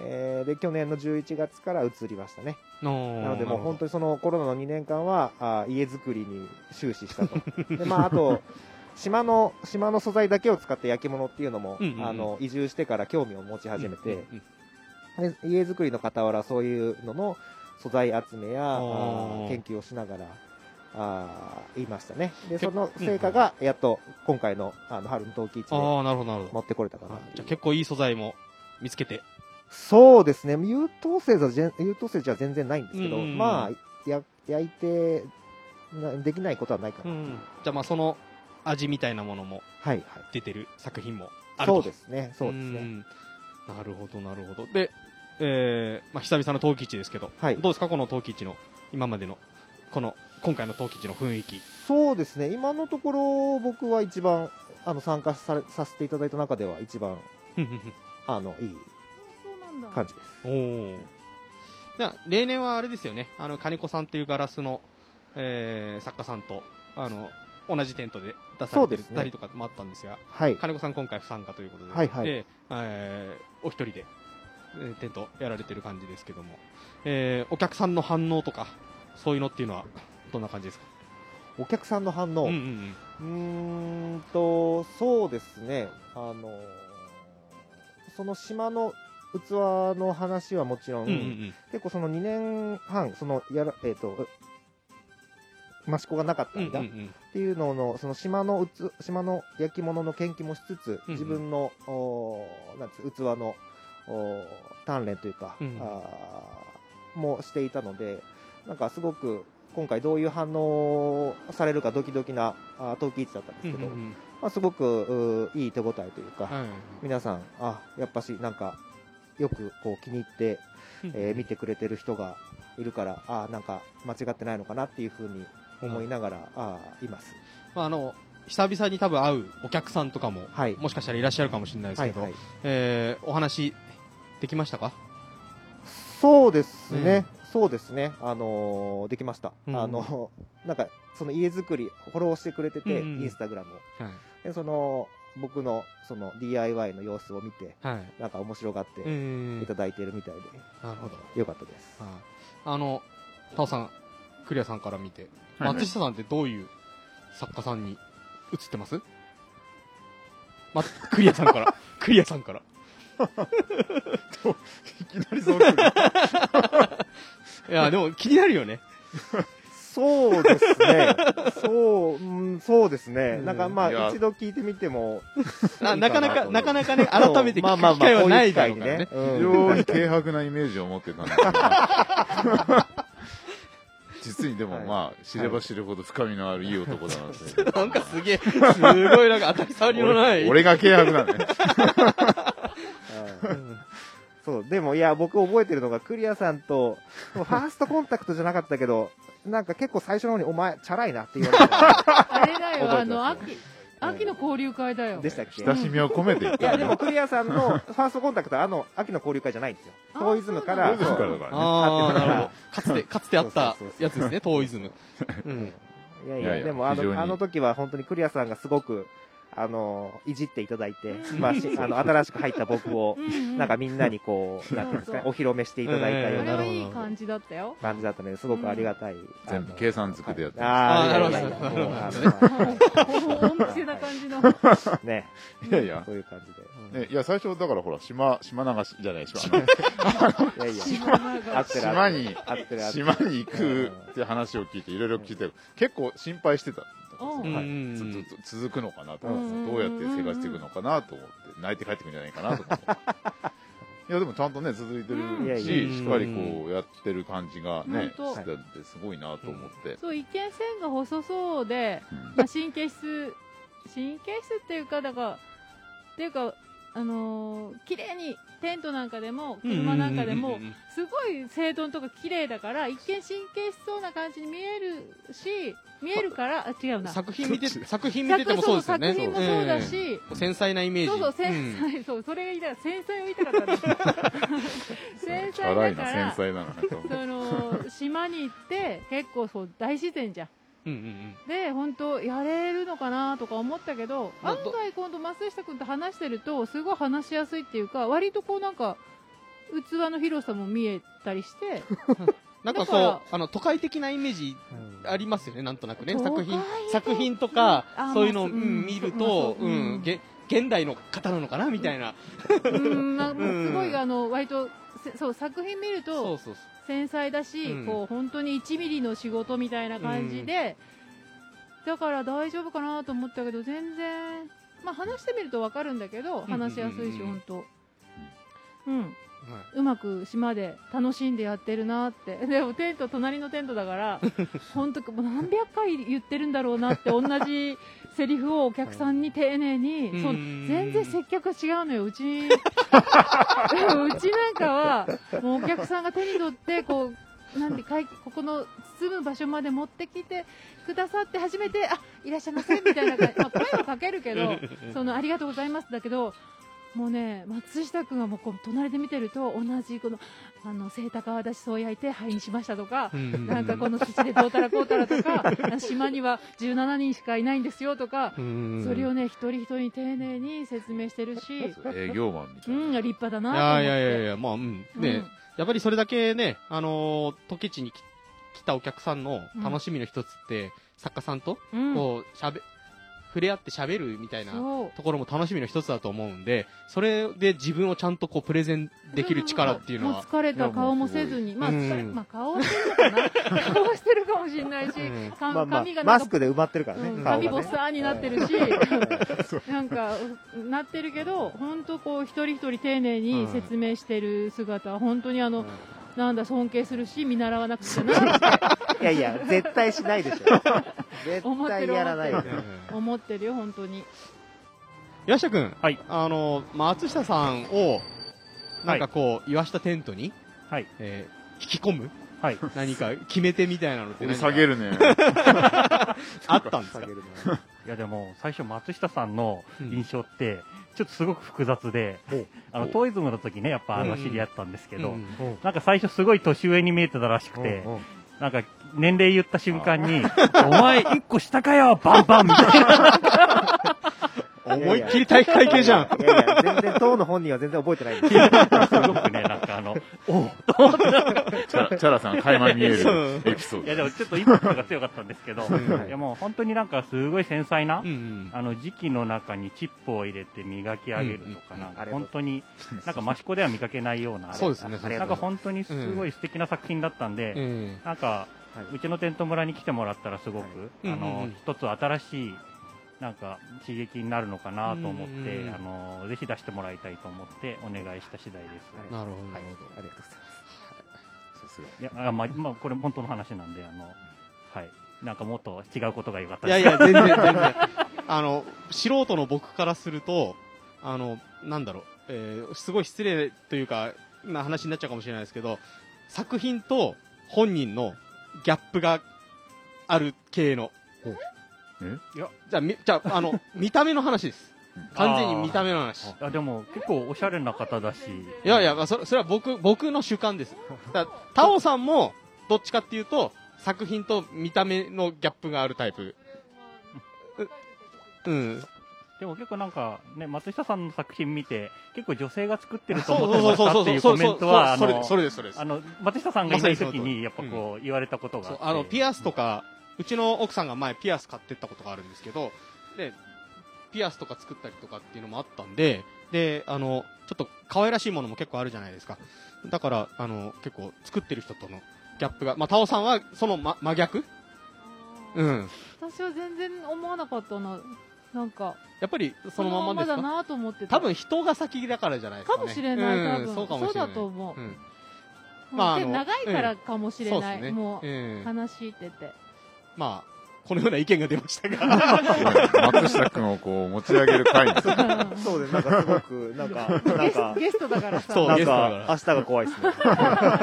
Speaker 5: えーで去年の11月から移りましたねなのでもう本当にそのコロナの2年間はあー家づくりに終始し
Speaker 1: <laughs>
Speaker 5: たと。でまああと島の島の素材だけを使った焼き物っていうのも、
Speaker 1: うんうんうん
Speaker 5: あの移住してから興味を持ち始めて、、
Speaker 1: うん
Speaker 5: で家づくりの傍らそういうのの素材集めやあ
Speaker 1: おー
Speaker 5: ー研究をしながらあーいましたねで
Speaker 1: け
Speaker 5: その成果がやっと今回のあの春の陶器市で
Speaker 1: ああ、なるほど、なる
Speaker 5: 持
Speaker 1: ほ
Speaker 5: ってこれたか
Speaker 1: ど
Speaker 5: な。
Speaker 1: じゃあ結構いい素材も見つけて。
Speaker 5: そうですね優等生じゃ全優等生じゃ全然ないんですけど、
Speaker 1: うんうんうん
Speaker 5: まあや焼いてなできないことはないかな、
Speaker 1: じゃあまあその味みたいなものも
Speaker 5: はいはい
Speaker 1: 出てる作品もあると
Speaker 5: そうですね、そうですね。
Speaker 1: んなるほど、なるほど。で、えーまあ、久々の陶器市ですけど、
Speaker 5: はい
Speaker 1: どうですか、この陶器市の、今までの、この、今回の陶器市の雰囲
Speaker 5: <laughs>
Speaker 1: 気。
Speaker 5: そうですね、今のところ僕は一番、あの、参加されさせていただいた中では一番、
Speaker 1: ふんふんふん
Speaker 5: あの、いい
Speaker 3: そうなんだ。
Speaker 5: 感じです。
Speaker 1: おーじゃあ例年はあれですよね、あの金子さんというガラスの、えー作家さんとあの同じテントで出さ
Speaker 5: そ
Speaker 1: れ
Speaker 5: う
Speaker 1: て
Speaker 5: で
Speaker 1: る
Speaker 5: すね
Speaker 1: たりとかもあったんですが、
Speaker 5: はい。
Speaker 1: 金子さん、今回不参加ということで、
Speaker 5: はいはい
Speaker 1: でえーお一人で、えーテントやられてる感じですけども、えーお客さんの反応とか、そういうのっていうのは、どんな感じですか、
Speaker 5: お客さんの反応、
Speaker 1: う
Speaker 5: うん、
Speaker 1: うんん
Speaker 5: んと、そうですね、あの、その島の器の話はもちろ、
Speaker 1: うんんうんうん
Speaker 5: 結構その2年半、その、やら、えっ、と、益子がなかった
Speaker 1: うんうん
Speaker 5: だ、
Speaker 1: ん
Speaker 5: っていうのの、その島のうつ、島の焼き物の研究もしつつ、
Speaker 1: うん
Speaker 5: 自分の、おーなんつう、器の、おー鍛錬というか、
Speaker 1: うん
Speaker 5: あーもしていたので、なんかすごく、今回どういう反応されるかドキドキな、あー陶器市だったんですけど、
Speaker 1: うんうん
Speaker 5: まあ、すごく、うーいい手応えというか、
Speaker 1: はい
Speaker 5: 皆さん、あ、やっぱし、なんか、よくこう気に入って、えー見てくれてる人がいるから、あーなんか間違ってないのかなっていうふうに思いながら、あーいます。
Speaker 1: まああの久々に多分会うお客さんとかも、
Speaker 5: はい。
Speaker 1: もしかしたらいらっしゃるかもしれないです
Speaker 5: は
Speaker 1: け
Speaker 5: い
Speaker 1: ど、
Speaker 5: はい、
Speaker 1: えーお話できましたか
Speaker 5: そうですね、そうですね、あのーできました、
Speaker 1: うん
Speaker 5: あの <laughs> なんかその家づくり、フォローしてくれてて、
Speaker 1: うんうん
Speaker 5: インスタグラムを、
Speaker 1: はい。
Speaker 5: でその僕のその DIY の様子を見て、
Speaker 1: はい。
Speaker 5: なんか面白がって
Speaker 1: ん
Speaker 5: いただいてるみたいで、
Speaker 1: なるほど。
Speaker 5: よかったです。
Speaker 1: はい。あの、タオさん、クリアさんから見て、
Speaker 2: はいはい
Speaker 1: 松下さんってどういう作家さんに映ってますま、クリアさん <laughs> から。クリアさんから。
Speaker 2: いきなりそう来る
Speaker 1: いや、でも気になるよね。
Speaker 5: そうです
Speaker 1: <laughs>
Speaker 5: ね、そう、うん、そうですね、
Speaker 1: うん
Speaker 5: なんかま
Speaker 2: いや
Speaker 5: あ、一度聞いてみても、
Speaker 1: あなかない
Speaker 2: い
Speaker 1: か、
Speaker 2: かなと
Speaker 1: なかなかね、改めて
Speaker 5: まあ
Speaker 1: 聞
Speaker 5: まあ
Speaker 1: く機
Speaker 5: まあ
Speaker 1: 会はないだ
Speaker 5: こう
Speaker 1: ろ
Speaker 5: いうう
Speaker 1: からね
Speaker 2: 非
Speaker 5: 機。会にね
Speaker 2: 常に軽薄なイメージを持ってたんですけど実にでも、
Speaker 5: はい
Speaker 2: まあ知れば知るほど深みのあるいい男だなって、
Speaker 1: なんかすげえ、すごいなんか当たり障りのない。
Speaker 2: 俺俺が軽薄だね
Speaker 5: うんうんそう、でもいや、僕覚えてるのが、クリアさんと、ファーストコンタクトじゃなかったけど、なんか結構最初の方に、お前、チャラいなって言われた。
Speaker 3: <laughs> あれだよ、
Speaker 5: 覚え
Speaker 3: あ
Speaker 5: てま
Speaker 3: の、
Speaker 5: す
Speaker 3: 秋、秋の交流会だよ
Speaker 5: で。したっけ
Speaker 2: 親
Speaker 5: い
Speaker 2: しみを込めて言った
Speaker 5: や、
Speaker 2: ん
Speaker 5: で
Speaker 2: だ
Speaker 5: も
Speaker 2: よ
Speaker 5: クリアさんのファーストコンタクトは、あの、秋の交流会じゃないんですよ。
Speaker 3: あ
Speaker 5: トーイズムか
Speaker 3: そ
Speaker 5: ら、
Speaker 3: う
Speaker 2: 親
Speaker 3: な
Speaker 2: 族
Speaker 3: ん
Speaker 2: からだからね
Speaker 1: ああ、
Speaker 5: だ
Speaker 1: な
Speaker 5: か
Speaker 1: る
Speaker 5: ら
Speaker 1: ほど。かつて、かつてあった
Speaker 5: そうそうそうそう
Speaker 1: やつですね、トーイズム。うん。
Speaker 5: いやい
Speaker 2: いや
Speaker 5: や、
Speaker 2: いや
Speaker 5: でもあ
Speaker 2: 非常に
Speaker 5: の、あの時は本当にクリアさんがすごく、あの、いじっていただいて、まあ、しあの、新しく入った僕を
Speaker 3: う、ん
Speaker 5: なんか、みんなにこう、なんていうんですかね、お披露目していただいた
Speaker 3: あ
Speaker 5: よう
Speaker 3: れ
Speaker 5: な
Speaker 3: はいい感じだったよ。
Speaker 5: 感じだったので、すごくありがたい。
Speaker 2: 全部計算づくでやってま
Speaker 5: あ
Speaker 1: あー
Speaker 5: あ、
Speaker 1: な
Speaker 5: な
Speaker 1: る
Speaker 5: る
Speaker 1: ほど
Speaker 5: ほ
Speaker 1: なる
Speaker 5: ど。
Speaker 1: ほど
Speaker 5: あ
Speaker 3: お
Speaker 5: の
Speaker 3: おお店な感じの。
Speaker 5: ね、
Speaker 2: すいやいや
Speaker 5: そういう感じで。
Speaker 2: ね、いや、最初、だからほら、島、島流しじゃない、島流し。
Speaker 5: いやいや、合ってる
Speaker 2: 島に、
Speaker 5: 合ってる合ってる。
Speaker 2: 島に行くって話を聞いて、いろいろ聞いて、結構心配してた。
Speaker 3: おう
Speaker 2: は
Speaker 1: う
Speaker 2: い、
Speaker 1: ん
Speaker 2: ずっとずっと続くのかなと
Speaker 3: う
Speaker 2: 思
Speaker 3: ん
Speaker 2: って、どうやって生活していくのかなと思って、泣いて帰ってくるんじゃないかなと思って。いや、でもちゃんとね、続いて
Speaker 3: うん
Speaker 5: いや
Speaker 2: る
Speaker 5: い
Speaker 1: や
Speaker 2: し、しっかりこう、やってる感じがね、
Speaker 3: 本当
Speaker 2: してて、すごいなと思って。
Speaker 3: そう、一見線が細そうで、
Speaker 2: うん
Speaker 3: まあ、神経質、神経質っていうか、だから、っていうか、あのー綺麗に、テントなんかでも、車なんかでも、すごい整頓とか綺麗だから、一見神経質そうな感じに見えるし、見えるから、あ、違うな。
Speaker 1: 作品見て、作品見ててもそうですよね。
Speaker 3: 作品もそうだし、
Speaker 1: うん繊細なイメージ。
Speaker 3: そうそう、
Speaker 1: ん
Speaker 3: 繊細、そう、それが言いたかった、繊細を言いた
Speaker 1: <laughs>
Speaker 3: かったの。繊
Speaker 2: チャラ
Speaker 3: 細
Speaker 2: い
Speaker 3: だ
Speaker 2: な、
Speaker 3: か
Speaker 2: 繊
Speaker 3: ら、
Speaker 2: 細だなと思って。
Speaker 3: その、島に行って、結構そう、大自然じゃん。
Speaker 1: うんうん
Speaker 3: で、本当やれるのかなとか思ったけど、
Speaker 1: まあ
Speaker 3: 案
Speaker 1: ど
Speaker 3: 外今度松下君と話してると、すごい話しやすいっていうか、割とこうなんか、器の広さも見えたりして、
Speaker 1: うん。なんか
Speaker 3: だか
Speaker 1: こ
Speaker 3: ら
Speaker 1: う、あの、都会的なイメージありますよね、なんとなくね。作品、作品と
Speaker 3: あ
Speaker 1: か、
Speaker 3: ー
Speaker 1: そういうのをう
Speaker 3: まあ
Speaker 1: ん
Speaker 3: うん
Speaker 1: 見ると、
Speaker 3: そう
Speaker 1: う
Speaker 3: うん
Speaker 1: ん、げ現代の方なのかなみたいな。
Speaker 3: うん、なんかすご
Speaker 1: うん
Speaker 3: いあの、割と、せそう、作品見ると
Speaker 1: そう、そうそう。
Speaker 3: 繊細だし、
Speaker 1: うん
Speaker 3: こう本当に1ミリの仕事みたいな感じで、だから大丈夫かなと思ったけど全然、まあ、話してみると分かるんだけ
Speaker 1: んう
Speaker 3: ど
Speaker 1: んうん
Speaker 3: 話しやすいし、本当、うん、うまく島で楽しんでやってるなって <laughs> でも
Speaker 1: <laughs>
Speaker 3: テント隣のテントだから本当もう何百回言ってるんだろうなって同じセリフをお客さんに丁寧に、
Speaker 1: うん
Speaker 3: その
Speaker 1: うん
Speaker 3: 全然接客が違うの <laughs> ようちうちなんかはもうお客さんが手に取ってこうなんて会ここの包む場所まで持ってきてくださって初めてあいらっしゃいませみたいな感じ、まあ、声はかけるけどそのありがとうございますだけどもうね松下君はもうこう隣で見てると同じこのあの背高は私そう焼いて灰にしましたとか。 <laughs> なんかこの土でどうたらこうたらとか島には17人しかいないんですよとか、
Speaker 1: の
Speaker 3: それをね一人一人に丁寧に説明してるし、
Speaker 2: 営業マンみた
Speaker 3: う
Speaker 2: いな。
Speaker 3: ん、立派だないと思っ
Speaker 1: や
Speaker 3: て
Speaker 1: いやいやいや、まあ、うん。ね、
Speaker 3: うん
Speaker 1: やっぱりそれだけね、あのー、時地に来来たお客さんの楽しみの一つって、作家さんと、
Speaker 3: うん
Speaker 1: こう、喋、触れ合って喋るみたいな
Speaker 3: そう
Speaker 1: ところも楽しみの一つだと思うんで、それで自分をちゃんとこう、プレゼンできる力っていうの
Speaker 3: もう
Speaker 1: は、
Speaker 3: 疲れた顔もせずに、まあ、
Speaker 1: うん
Speaker 3: 疲れまあ、顔はしてるのか
Speaker 1: <laughs>
Speaker 3: な顔はしてるかもしれないし、
Speaker 1: うん
Speaker 3: か
Speaker 5: まあまあ
Speaker 3: 髪が、な
Speaker 5: マ
Speaker 3: ん
Speaker 5: ス
Speaker 3: か、
Speaker 5: クで埋まってるからね。
Speaker 3: うん
Speaker 5: 顔が
Speaker 3: 髪
Speaker 5: ね
Speaker 3: ボサーになってるし、 <laughs> なんか、うなってるけど、本当こう、一人一人丁寧に説明してる姿は、本当にあの、なんだ、尊敬するし、見習わなくちゃ
Speaker 1: <laughs>
Speaker 3: な、
Speaker 5: いやいや、絶対しな
Speaker 3: <laughs>
Speaker 5: いでしょ。絶対やらないよ
Speaker 3: 思って。思ってるよ、本当に。
Speaker 1: <laughs> 岩下くん、
Speaker 4: はい
Speaker 1: あのー、松下さんを、なんかこう、岩下テントに、
Speaker 4: はい
Speaker 1: えー引き込む
Speaker 4: はい。
Speaker 1: 何か決め手みたいなのって何
Speaker 2: 俺下
Speaker 1: か
Speaker 2: げるね。
Speaker 1: あったんです
Speaker 5: 下
Speaker 1: か
Speaker 5: げる
Speaker 4: いやでも、最初松下さんの
Speaker 1: うん
Speaker 4: 印象って、ちょっとすごく複雑で、あの、トイズムの時ね、やっぱあの知り合ったんですけど、
Speaker 1: うん
Speaker 5: の
Speaker 4: なんか最初すごい年上に見えてたらしくて、
Speaker 5: うんうん
Speaker 4: なんか年齢言った瞬間に、お前一個下かよ、バンバンみたいな。
Speaker 1: 思いっきり体育会系じゃん。
Speaker 5: いやいや、全然、当の本人は全然覚えてないん
Speaker 1: <laughs>
Speaker 5: ですよ。
Speaker 4: すごくね、なんかあの、おうと思って
Speaker 2: チャラチャラさん、垣間見えるエピソ
Speaker 4: いや
Speaker 2: ー
Speaker 4: で
Speaker 2: ド。
Speaker 4: もちょっとインパクトが強かったんですけど、
Speaker 5: ん
Speaker 4: いやもう本当になんかすごい繊細な
Speaker 1: うん、うん
Speaker 4: あの時期の中にチップを入れて磨き上げるとか、
Speaker 1: うん
Speaker 4: なん
Speaker 5: あ
Speaker 4: か
Speaker 5: りがとう
Speaker 4: 本当に、なんか益子では見かけないような、
Speaker 1: そうですね、
Speaker 5: あり
Speaker 4: な
Speaker 5: が
Speaker 4: ん
Speaker 5: と
Speaker 4: か
Speaker 5: う
Speaker 4: 本当にすごい素敵な作品だったんで、
Speaker 1: え
Speaker 4: なんか、
Speaker 5: はいう
Speaker 4: ちのテント村に来てもらったらすごく、
Speaker 1: はいう
Speaker 4: あ
Speaker 1: んうん
Speaker 4: の、
Speaker 1: うん
Speaker 4: 一つ新しい、なんか刺激になるのかなと思って、
Speaker 1: うんうんうん
Speaker 4: あの、ぜひ出してもらいたいと思ってお願いした次第です。
Speaker 5: はい
Speaker 1: えなるほど、な
Speaker 5: はい
Speaker 1: るほど。
Speaker 5: ありがとうござ
Speaker 2: さ
Speaker 5: い
Speaker 2: すが
Speaker 4: いや、あまあ、まあ、これ本当の話なんで、あの、はい。なんかもっと違うことが良かった
Speaker 1: いやいや、全然、全然。あの、素人の僕からすると、あの、なんだろう、えーすごい失礼というか、な話になっちゃうかもしれないですけど、作品と本人のギャップがある系の。
Speaker 2: え
Speaker 4: いや
Speaker 1: じゃあ、みじゃあ、あの、見た目の話です
Speaker 2: うん。
Speaker 1: 完全に見た目の話。
Speaker 4: あでも、結構おしゃれな方だし、
Speaker 1: いやいや、まあそれそれは僕僕の主観です。だからタオさんも、どっちかっていうと、作品と見た目のギャップがあるタイプ。うん。
Speaker 4: でも結構なんか、ね、松下さんの作品見て、結構女性が作ってると
Speaker 1: そ
Speaker 4: 思
Speaker 1: うそう
Speaker 4: ってました
Speaker 1: そ
Speaker 4: っ
Speaker 1: うそ
Speaker 4: ていうう
Speaker 1: そ
Speaker 4: コ
Speaker 1: う
Speaker 4: メ
Speaker 1: そう
Speaker 4: ントは、あ
Speaker 1: それそ
Speaker 4: の、
Speaker 1: れですそれです。
Speaker 4: あの松下さんがいない時に、やっぱこう、言われたことがあ
Speaker 1: そ
Speaker 4: っ
Speaker 1: う
Speaker 4: て。
Speaker 1: あのピアスとか、うちの奥さんが前ピアス買ってったことがあるんですけど、で、ピアスとか作ったりとかっていうのもあったんで、で、あの、ちょっと可愛らしいものも結構あるじゃないですか。だから、あの、結構作ってる人とのギャップが、まあ、タオさんはその真真逆うん。
Speaker 3: 私は全然思わなかったな。なんか、
Speaker 1: やっぱりそ
Speaker 3: そ
Speaker 1: の
Speaker 3: の
Speaker 1: ま
Speaker 3: ま
Speaker 1: んまで
Speaker 3: んま
Speaker 1: す
Speaker 3: だ
Speaker 1: か
Speaker 3: なと思ってた
Speaker 1: 多分人が先だからじゃないですか、
Speaker 3: か
Speaker 1: ね。
Speaker 3: もしれない、
Speaker 1: うん、
Speaker 3: 多分。
Speaker 1: そうかもしれない。
Speaker 3: だと思う。
Speaker 1: んまあ
Speaker 3: まあ、
Speaker 1: あの
Speaker 3: 長いからかもしれない。
Speaker 1: そうですね。
Speaker 3: もう、
Speaker 1: ええ
Speaker 3: 話してて。
Speaker 1: まあ、このような意見が出ましたが。
Speaker 2: 松下君をこう持ち上げる回ですね。
Speaker 5: ます。そうです。なんかすごく、なんか、なん
Speaker 3: ゲス
Speaker 5: か、
Speaker 3: ゲストだからさ、
Speaker 1: そう
Speaker 5: な
Speaker 1: ゲ
Speaker 5: ん
Speaker 1: ストだから
Speaker 5: か、明日が怖いですね。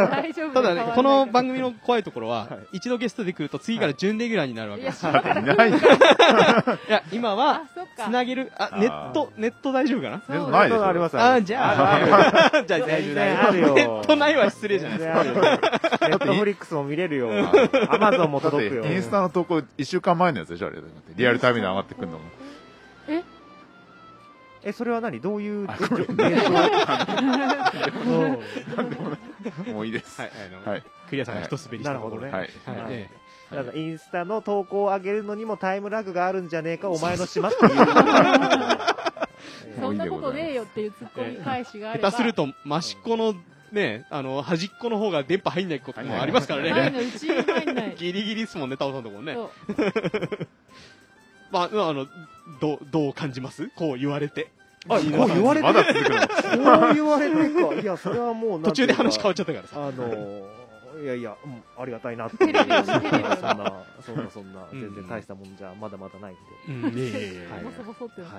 Speaker 3: 大丈夫
Speaker 1: ただね、この
Speaker 3: 組
Speaker 1: 番組の怖いところは、
Speaker 5: はい
Speaker 1: 一度ゲストで来ると次から準レギュラーになるわけ
Speaker 3: い
Speaker 1: で
Speaker 3: や、
Speaker 1: す。
Speaker 3: 知らない
Speaker 2: いないよ。
Speaker 1: い、や、今は
Speaker 3: あ、、そっ
Speaker 1: つ
Speaker 3: か。
Speaker 1: なげる、あ、
Speaker 2: あー
Speaker 1: ネット、ネット大丈夫かな
Speaker 3: そう
Speaker 2: でもないでしょ
Speaker 5: あります
Speaker 1: あー、
Speaker 5: あります
Speaker 1: じゃ <laughs> あ、じゃあ大丈夫
Speaker 5: 全
Speaker 1: 大
Speaker 5: 然
Speaker 1: 丈
Speaker 5: あ
Speaker 1: 夫
Speaker 5: るよ
Speaker 1: ネットないは失礼じゃない
Speaker 5: 全
Speaker 1: です
Speaker 5: 然
Speaker 1: か。
Speaker 5: あるよ。ネットフリックスも見れるよ。アマゾンも
Speaker 2: だっ
Speaker 5: 届くよ。
Speaker 2: てインスタの投稿1週間前のやつでしょあれだってリアルタイムで上がってくるのも
Speaker 5: え、それは何どういう、
Speaker 2: もういいです
Speaker 1: は
Speaker 2: はい
Speaker 1: い、あの、
Speaker 2: はい
Speaker 1: クリアさんが一滑りしたところで。
Speaker 5: な
Speaker 2: はい
Speaker 1: はい
Speaker 5: はい
Speaker 1: え
Speaker 5: なんかインスタの投稿を上げるのにもタイムラグがあるんじゃねえか、お前の島っていう。
Speaker 2: もう
Speaker 3: そ
Speaker 2: んいい
Speaker 3: な
Speaker 2: でございます
Speaker 3: ことねえよっていうツッコミ返しがあ
Speaker 1: え
Speaker 3: れば。
Speaker 1: 下手すると、端っこの、ね、あの、端っこの方が電波入んないこともありますから
Speaker 3: 前
Speaker 1: ね。
Speaker 3: のうちに入
Speaker 1: <laughs>
Speaker 3: んない。
Speaker 1: ギリギリですもんね、タオさんのところね。
Speaker 3: そう
Speaker 1: まあ、あの、どう、どう感じますこう言われて。
Speaker 5: あ
Speaker 1: いいな
Speaker 5: こう言われて
Speaker 2: まだ続くの
Speaker 5: そう言われるか。いや、それはもうなん
Speaker 1: 途
Speaker 5: て
Speaker 1: 中
Speaker 5: いう
Speaker 1: で
Speaker 5: か
Speaker 1: 話変わっちゃったからさ。
Speaker 5: あの、いいやいや、うんありがたいなって思い
Speaker 3: テレビ
Speaker 5: ま
Speaker 3: を
Speaker 5: す
Speaker 3: テレビを
Speaker 5: そんな、そんな、そんな、
Speaker 1: うん
Speaker 5: 全然大したもんじゃ、まだまだないんで。
Speaker 1: うん、いえいえいえ
Speaker 5: はい
Speaker 3: ボソボソって。
Speaker 5: はい。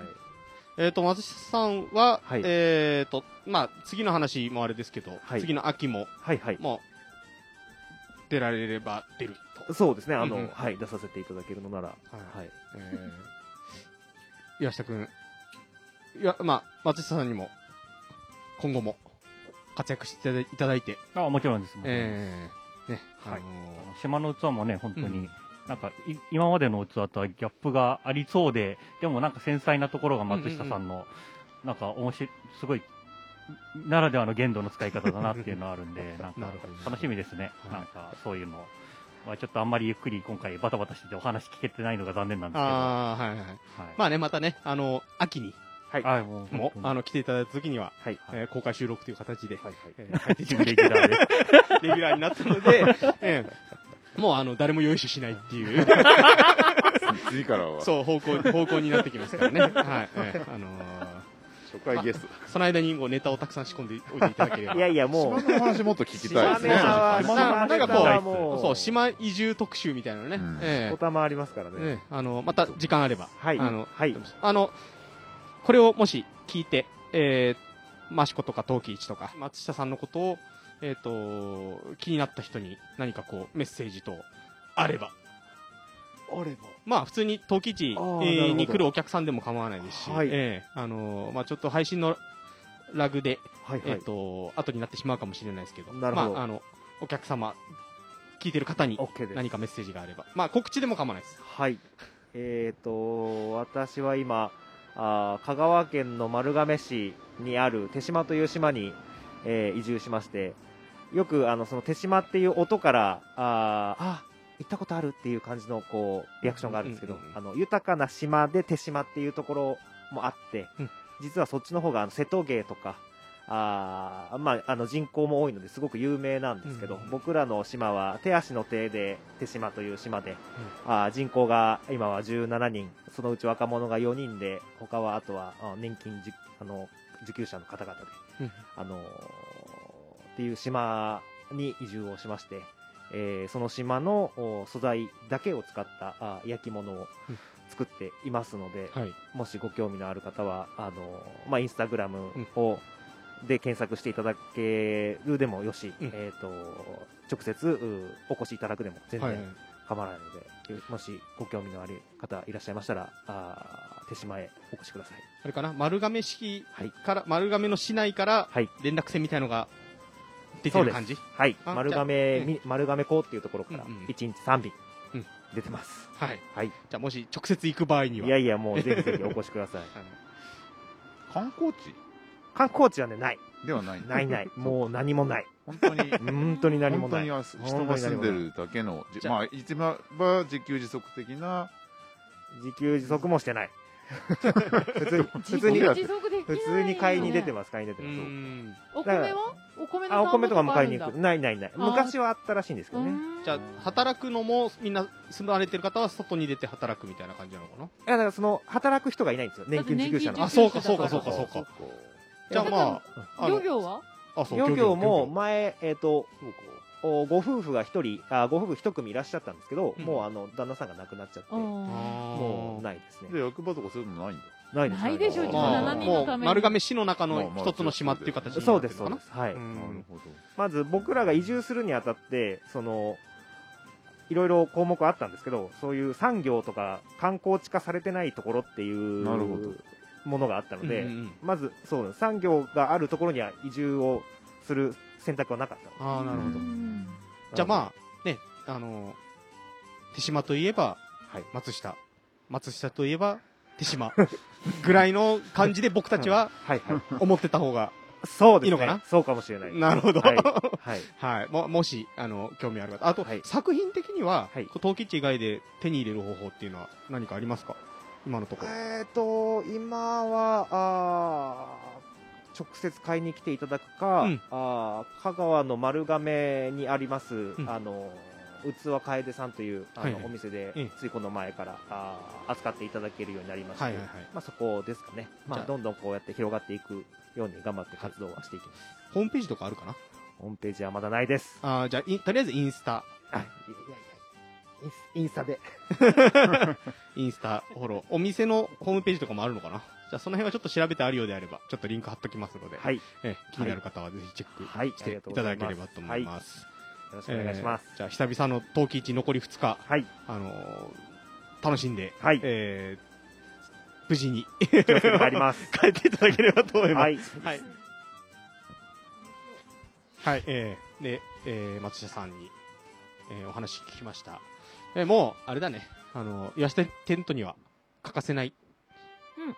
Speaker 1: えっ、と、松下さんは、
Speaker 5: はい
Speaker 1: えっ、と、まあ、次の話もあれですけど、
Speaker 5: はい
Speaker 1: 次の秋も、
Speaker 5: はいはい。
Speaker 1: もう、出られれば出ると。
Speaker 5: そうですね、あの、
Speaker 1: うんうん
Speaker 5: はい、出させていただけるのなら、はい。
Speaker 1: えー、岩下くん、いや、まあ、松下さんにも、今後も、活躍していただいて、
Speaker 4: あもちろんです。もちろんです
Speaker 1: えー、ね、
Speaker 4: はい
Speaker 1: あの
Speaker 4: 島の器もね、本当に、
Speaker 1: うん
Speaker 4: なんかい、今までの器とはギャップがありそうで、でもなんか繊細なところが松下さんの、なんか、面白い、すごい、ならではの限度の使い方だなっていうのはある
Speaker 1: <laughs>
Speaker 4: んで、な
Speaker 1: な
Speaker 4: んか
Speaker 1: るほどね、
Speaker 4: 楽しみですね。
Speaker 1: はい
Speaker 4: なんか、そういうの。まあ、ちょっとあんまりゆっくり今回バタバタしててお話聞けてないのが残念なんですけど、は
Speaker 1: ああ、はいはい。
Speaker 4: い。
Speaker 1: まあね、またね、あの、秋に
Speaker 5: はい。
Speaker 4: あ、もう、
Speaker 1: も、あ
Speaker 4: の、
Speaker 1: の、来ていただいた時には、
Speaker 5: はい。
Speaker 1: えー公開収録という形で、
Speaker 5: はい。
Speaker 1: えー入ってい
Speaker 4: <laughs>
Speaker 1: た
Speaker 4: 自分
Speaker 1: だ
Speaker 4: で
Speaker 1: い
Speaker 4: ギ
Speaker 1: て
Speaker 4: ター
Speaker 1: <laughs>
Speaker 4: で。
Speaker 1: レギュラーになったので、ええもうあの誰も用意しないっていう、
Speaker 2: 次からは初
Speaker 1: そう、方
Speaker 2: <laughs>
Speaker 1: 向、方向になってきますからね。はい。ええあのー
Speaker 2: 回ゲスト
Speaker 1: その間にこうネタをたくさん仕込んでおいていただければ。
Speaker 5: <laughs> いやいや、も
Speaker 2: 島
Speaker 5: う、
Speaker 2: の話もっと聞きたいですね
Speaker 5: 島根は
Speaker 1: 島根は
Speaker 5: 島根
Speaker 1: なんかこう
Speaker 5: はも
Speaker 1: そう、島移住特集みたいなのね。
Speaker 2: うん
Speaker 1: え
Speaker 5: おたまありますから
Speaker 1: え
Speaker 5: ね。
Speaker 1: ええあの、また時間あれば。
Speaker 5: はい。
Speaker 1: あの、
Speaker 5: はい。
Speaker 1: あの、これをもし聞いて、えー、マシコとかトーキイチとか、松下さんのことを、えっ、と、気になった人に何かこう、メッセージと、あれば。
Speaker 5: あれば。
Speaker 1: まあ、普通に陶器市え
Speaker 5: あーなるほ
Speaker 1: ー
Speaker 5: ど
Speaker 1: に来るお客さんでも構わないですし、
Speaker 5: はい
Speaker 1: えーあのーまあ、ちょっと配信のラグで、
Speaker 5: はいは
Speaker 1: えっ
Speaker 5: い。
Speaker 1: と後になってしまうかもしれないですけど、
Speaker 5: なるほど
Speaker 1: まあ、あのお客様、聞いてる方に
Speaker 5: オッケーです。
Speaker 1: 何かメッセージがあれば、まあ、告知でも構わないです。
Speaker 5: はい。えー、と、私は今、あー香川県の丸亀市にある手島という島に、えー移住しまして、よくあのその手島っていう音から、あーあ、行ったことあるっていう感じのこうリアクションがあるんですけど、
Speaker 1: うんうんうん
Speaker 5: あの豊かな島で手島っていうところもあって、
Speaker 1: うん
Speaker 5: 実はそっちの方があの瀬戸芸とか、あーまあ、あの人口も多いのですごく有名なんですけど、
Speaker 1: うんうん
Speaker 5: 僕らの島は手足の手で手島という島で、あー人口が今は17人そのうち若者が4人で他はあとはあー年金じあの受給者の方々で、
Speaker 1: うん
Speaker 5: あのーっていう島に移住をしまして、えーその島のお素材だけを使ったあー焼き物を
Speaker 1: うん
Speaker 5: 作っていますので、
Speaker 1: はい、
Speaker 5: もしご興味のある方は、あのまあ、インスタグラムを、で検索していただけるでもよし、
Speaker 1: うん
Speaker 5: えっ、と、直接うお越しいただくでも全
Speaker 1: はい
Speaker 5: 然構わないので、もしご興味のある方いらっしゃいましたら、あー手島へお越しください。
Speaker 1: あれかな、丸亀市
Speaker 5: はい。
Speaker 1: から、丸亀の市内から
Speaker 5: はい。
Speaker 1: 連絡船みたいのが出てる感じ
Speaker 5: はい。
Speaker 1: あ
Speaker 5: 丸
Speaker 1: じゃあ
Speaker 5: 亀み、丸亀港っていうところから、
Speaker 1: うんうん
Speaker 5: 1日3便
Speaker 1: うん、
Speaker 5: 出てます。
Speaker 1: はい。
Speaker 5: はい。
Speaker 1: じゃあ、もし直接行く場合には。
Speaker 5: いやいや、もうぜひぜひお越しください。
Speaker 1: あの
Speaker 2: 観光地
Speaker 5: 観光地はね、ない。
Speaker 2: ではない
Speaker 5: な
Speaker 1: <laughs>
Speaker 5: いない。もう何もない。
Speaker 2: 本当に
Speaker 5: 本当に何も
Speaker 2: 本当
Speaker 5: ない
Speaker 2: に。は人が住んでるだけの
Speaker 1: じゃあ
Speaker 2: まあ一番は自給自足的な
Speaker 5: 自給自足もし
Speaker 3: <laughs>
Speaker 5: てない普通に
Speaker 3: 自
Speaker 5: 普
Speaker 3: 給
Speaker 5: 通に
Speaker 2: 自
Speaker 3: 自足できないよね
Speaker 5: 普通に買いに出てます買いに
Speaker 1: う
Speaker 5: 出てます、
Speaker 1: ん
Speaker 3: お米はお米の
Speaker 5: あお米とかも買いに
Speaker 3: 田
Speaker 5: 行
Speaker 3: んぼ
Speaker 5: く
Speaker 3: と
Speaker 5: ないないない
Speaker 3: あー
Speaker 5: 昔はあったらしいんですけ
Speaker 3: かあ
Speaker 5: ど
Speaker 3: る
Speaker 5: ね
Speaker 3: んだ
Speaker 1: じゃあ、働くのも、みんな、住まれてる方は、外に出て働くみたいな感じなのかない
Speaker 5: やだからその働く人がいないんですよ年金受給者
Speaker 3: だ
Speaker 5: の
Speaker 3: っ
Speaker 1: あ、
Speaker 3: て年金
Speaker 1: そう
Speaker 3: 受
Speaker 1: か、そうか、そうか、そう
Speaker 3: そっ
Speaker 1: か
Speaker 3: か。
Speaker 1: じゃあ、まあ、あの
Speaker 3: 漁業は
Speaker 1: あそう
Speaker 5: 漁業も
Speaker 1: 漁
Speaker 5: 前えっ、とおご夫婦が一人あご夫婦一組いらっしゃったんですけど、
Speaker 1: うん
Speaker 5: もうあの旦那さんが亡くなっちゃって、
Speaker 3: あ
Speaker 5: も
Speaker 3: ー
Speaker 5: う
Speaker 1: あ
Speaker 5: ないですね
Speaker 2: で役場とかそういうのないんだ
Speaker 5: ないです
Speaker 3: ないでしょ
Speaker 2: う
Speaker 5: な
Speaker 1: ー
Speaker 5: い
Speaker 1: まあ、
Speaker 2: ちの7人
Speaker 1: も
Speaker 3: の
Speaker 1: う
Speaker 3: ために
Speaker 1: 丸亀市の中の
Speaker 2: まあまあ
Speaker 1: 一つの島っていう形にな
Speaker 5: そ
Speaker 1: っ
Speaker 5: う
Speaker 1: て
Speaker 5: で
Speaker 1: る
Speaker 5: す
Speaker 1: の
Speaker 5: そ
Speaker 1: か
Speaker 5: うで
Speaker 1: な
Speaker 5: すはい、
Speaker 1: うん
Speaker 2: なるほど
Speaker 5: まず僕らが移住するにあたってそのいろいろ項目あったんですけどそういう産業とか観光地化されてないところっていう
Speaker 2: なるほど
Speaker 5: ものがあったので、
Speaker 1: うんうんうん
Speaker 5: まずそうなんです産業があるところには移住をする選択はなかった
Speaker 1: ああなるほど
Speaker 3: うん
Speaker 1: じゃあまあねあの手島といえば
Speaker 5: はい
Speaker 1: 松下松下といえば手島ぐらいの感じで僕たちは
Speaker 5: はいはい
Speaker 1: 思ってた方が
Speaker 5: <laughs> そうですね
Speaker 1: いいのかな
Speaker 5: そうかもしれない
Speaker 1: なるほど
Speaker 5: はいはい
Speaker 1: はいももしあの興味ある方あと
Speaker 5: はい
Speaker 1: 作品的には
Speaker 5: はい
Speaker 1: こう陶器市以外で手に入れる方法っていうのは何かありますか今のところ
Speaker 5: えっ、と今はあー直接買いに来ていただくか、
Speaker 1: うん
Speaker 5: あー香川の丸亀にあります、
Speaker 1: ん
Speaker 5: あの器楓さんというあの、
Speaker 1: はいはい
Speaker 5: お店で、
Speaker 1: ええ
Speaker 5: ついこの前からあー扱っていただけるようになりまして、
Speaker 1: はいはいはい
Speaker 5: まあ、そこですかね、ま
Speaker 1: じ
Speaker 5: あ、
Speaker 1: ゃあ
Speaker 5: どんどんこうやって広がっていくように頑張って活動はしていきます、
Speaker 1: ホームページとかあるかな
Speaker 5: ホームページはまだないです。
Speaker 1: あーじゃあ、いとりあえずインスタ、
Speaker 5: あ、いやいやいやインスインスタで。
Speaker 1: インスタフォロー。お店のホームページとかもあるのかなじゃあ、その辺はちょっと調べてあるようであれば、ちょっとリンク貼っときますので、
Speaker 5: はい。よ
Speaker 1: ええ気になる方はぜひチェッ
Speaker 5: はい
Speaker 1: クしていただければと思います。
Speaker 5: ろしくお願いします。
Speaker 1: えーじゃあ、久々の冬季市残り2日、
Speaker 5: はい。
Speaker 1: あのー楽しんで、
Speaker 5: はい
Speaker 1: えー無事に <laughs>
Speaker 5: 気をつけて帰ります。
Speaker 1: 帰っていただければと思います。
Speaker 5: は
Speaker 1: は
Speaker 5: い。
Speaker 1: い。はい、えー、で、えー、松下さんに、えー、お話聞きました。えー、もう、あれだね、あの、岩下テントには欠かせない、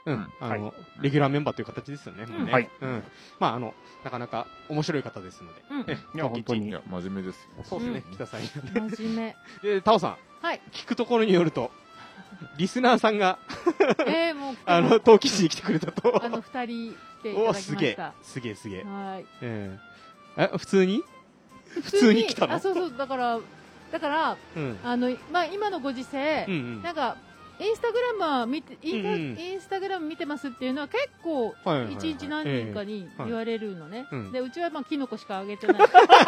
Speaker 1: うん、
Speaker 2: うん
Speaker 1: あの、
Speaker 5: は
Speaker 1: レギュラーメンバーという形ですよね、もうね。
Speaker 3: うん
Speaker 5: はい。
Speaker 1: うん。まあ、あの、なかなか面白い方ですので、
Speaker 3: うん
Speaker 1: え
Speaker 4: いや本当に
Speaker 2: いや、真面目ですよ。
Speaker 1: そうですね、
Speaker 2: うん
Speaker 1: 来た際に。
Speaker 3: 真面目。
Speaker 1: で、タオさん、 <laughs>
Speaker 3: はい。
Speaker 1: 聞くところによると、リスナーさんが、
Speaker 3: えー、もう、
Speaker 1: あの、陶器市に来てくれたと。
Speaker 3: あの、二人来ていた
Speaker 1: お
Speaker 3: だ
Speaker 1: お、
Speaker 3: きまし
Speaker 1: すげえ
Speaker 3: た。。
Speaker 1: すげえ、すげえ。
Speaker 3: はい。
Speaker 1: えー、え、普通に <laughs> 普通に来たの
Speaker 3: あ、そうそう、だから、だから、
Speaker 1: うん。
Speaker 3: あの、まあ、今のご時世
Speaker 1: うん、うん。
Speaker 3: なんか、インスタグラマー見て、インスタ、
Speaker 1: うんうん
Speaker 3: インスタグラム見てますっていうのは結構、
Speaker 1: はいはいはい
Speaker 3: 一日何人かに
Speaker 1: ええ
Speaker 3: 言われるのね。
Speaker 1: うん
Speaker 3: で、うちはまあ、キノコしかあげてない。 <laughs>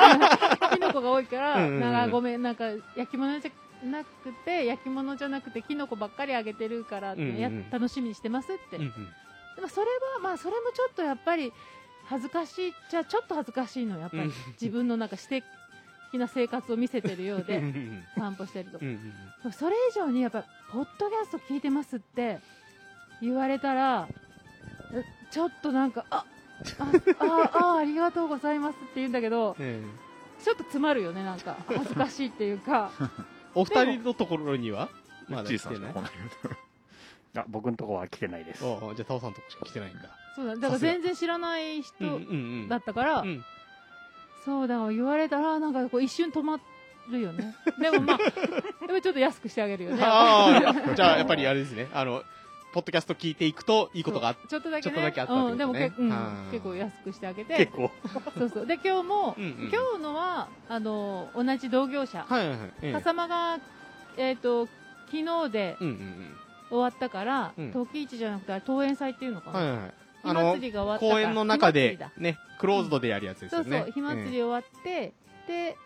Speaker 3: キノコが多いから、
Speaker 1: うんうんうん
Speaker 3: なんかごめん、なんか、焼き物じゃなくて、焼き物じゃなくて、キノコばっかりあげてるから、
Speaker 1: うんうん
Speaker 3: や楽しみにしてますって。
Speaker 1: うんうん
Speaker 3: でもそれは、まあ、それもちょっとやっぱり、恥ずかしいっちゃ、ちょっと恥ずかしいの、やっぱり。
Speaker 1: うん
Speaker 3: 自分のなんか、して、的な生活を見せてるよ
Speaker 1: う
Speaker 3: う
Speaker 1: ん <laughs> う
Speaker 3: で、
Speaker 1: ん
Speaker 3: 散歩してると
Speaker 1: うんう。ん
Speaker 3: でもそれ以上にやっぱポッドキャスト聞いてますって言われたらえちょっとなんかああああありがとうございますって言うんだけど
Speaker 1: ええ
Speaker 3: ちょっと詰まるよねなんか恥ずかしいっていうか
Speaker 1: お二人のところにはまだ
Speaker 2: ちい
Speaker 1: 来
Speaker 2: さん
Speaker 1: て
Speaker 2: しか
Speaker 1: ない
Speaker 2: 来。ない。
Speaker 4: あ僕のとこは来てないです。
Speaker 1: おうおうじゃあ、タオさんとこしか来てないんだ。
Speaker 3: そうだだから全然知らない人
Speaker 1: うんうんうん。
Speaker 3: だったから、
Speaker 1: うん
Speaker 3: そうだから言われたらなんかこう一瞬止まるよ
Speaker 1: <laughs>
Speaker 3: ねでもまあでもちょっと安くしてあげるよね
Speaker 1: ああ、じゃあ、やっぱりあれですね。あの、ポッドキャスト聞いていくと、いいことがあっ
Speaker 3: ちょっとだけ
Speaker 1: ちょっ
Speaker 3: ね
Speaker 1: とだけあったってことね
Speaker 3: うん、でもけ、うん
Speaker 1: あー、
Speaker 3: 結構安くしてあげて
Speaker 4: 結構。
Speaker 3: そうそうで今日も、
Speaker 1: うんうん
Speaker 3: 今日のはあの同じ同業者、
Speaker 1: はいはいはい。ええ
Speaker 3: 笠間が、えー、と昨日で
Speaker 1: うんうんうん。
Speaker 3: 終わったから、
Speaker 1: うん
Speaker 3: 時市じゃなくてあれ登園祭っていうのかな、
Speaker 1: はいはいはい。
Speaker 3: 火
Speaker 1: あ
Speaker 3: 祭り
Speaker 1: の、
Speaker 3: が終わったから
Speaker 1: 公園の中
Speaker 3: 火祭
Speaker 1: で
Speaker 3: りだ、
Speaker 1: ね、クローズドでやるやつです
Speaker 3: そ
Speaker 1: よ
Speaker 3: う
Speaker 1: ね。
Speaker 3: そう火祭り終わって、で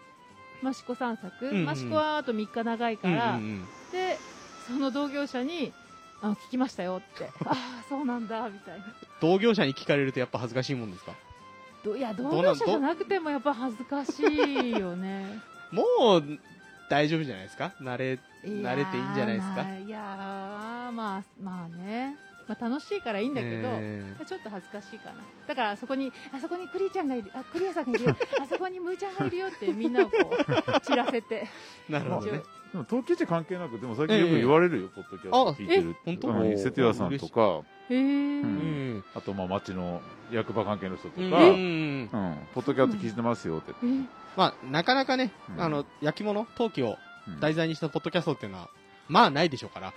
Speaker 3: 益子散策、
Speaker 1: んうん
Speaker 3: 益子はあと3日長い
Speaker 1: ええう
Speaker 3: か
Speaker 1: んうん
Speaker 3: ら、
Speaker 1: うん。
Speaker 3: でその同業者にあ聞きましたよって
Speaker 1: <laughs>
Speaker 3: ああそうなんだみたいな
Speaker 1: 同業者に聞かれるとやっぱ恥ずかしいもんですか
Speaker 3: どいや
Speaker 1: うなん
Speaker 3: 同業者じゃなくてもやっぱ恥ずかしいよね
Speaker 1: もう、大丈夫じゃないですか慣れ、 <laughs> 慣れていいんじゃないですか
Speaker 3: やーいやーまあまあね、まあ、楽しいからいいんだけど、
Speaker 1: え
Speaker 3: ちょっと恥ずかしいかな。だからあそこに、あそこにクリーちゃんがいる、あ、クリアさんがいるよ、あそこにムーちゃんがいるよってみんなをこう、
Speaker 1: <laughs>
Speaker 3: 散らせて。
Speaker 1: えなるほどね。
Speaker 2: でも、東京地関係なく、でも最近よく言われるよ、ポッドキャスト聞いてるっ
Speaker 1: あ
Speaker 2: て。
Speaker 1: え本当
Speaker 2: うん瀬戸屋さんとか、
Speaker 3: へ
Speaker 1: う。
Speaker 3: ー
Speaker 2: うんあと、まあ、町の役場関係の人とか、
Speaker 1: う
Speaker 2: うんん、
Speaker 1: うんうん。
Speaker 2: ポッドキャスト聞いてますよって。
Speaker 3: え
Speaker 1: まあ、なかなかね、
Speaker 2: うん
Speaker 1: あの、焼き物、陶器を
Speaker 2: うん
Speaker 1: 題材にしたポッドキャストっていうのは、まあないでしょうから。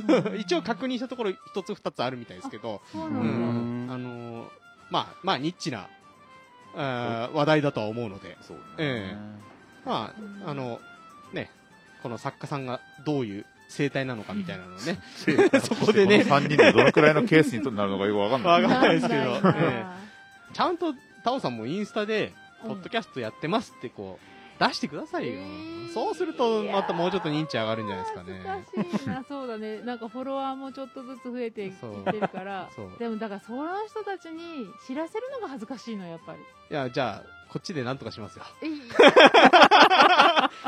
Speaker 1: <laughs> 一応確認したところ一つ二つあるみたいですけど、
Speaker 3: そう
Speaker 1: う
Speaker 3: なんんだ。
Speaker 4: ん
Speaker 1: あのーまあ、まあニッチな、あー話題だとは思うので、
Speaker 2: そうね。
Speaker 1: えまあ、あの、ね、この作家さんがどういう生態なのかみたいなのをね、
Speaker 2: <laughs>
Speaker 1: そこでね
Speaker 2: この3人でどのくらいのケースになるのかよくわかん
Speaker 1: <laughs>
Speaker 2: ない。
Speaker 1: わかんないですけど
Speaker 3: なんだよ
Speaker 1: えちゃんとタオさんもインスタで、
Speaker 3: うん
Speaker 1: ポッドキャストやってますってこう、出してくださいよ
Speaker 3: え。ー
Speaker 1: そうすると、またもうちょっと認知上がるんじゃないですかね。
Speaker 3: 恥ずかしいな、そうだね。なんかフォロワーもちょっとずつ増えてい
Speaker 1: そう
Speaker 3: ってるから
Speaker 1: そう。
Speaker 3: でもだから、その人たちに知らせるのが恥ずかしいの、やっぱり。
Speaker 1: いや、じゃあ、こっちでなんとかし
Speaker 3: <laughs>
Speaker 1: ますよ。
Speaker 3: えい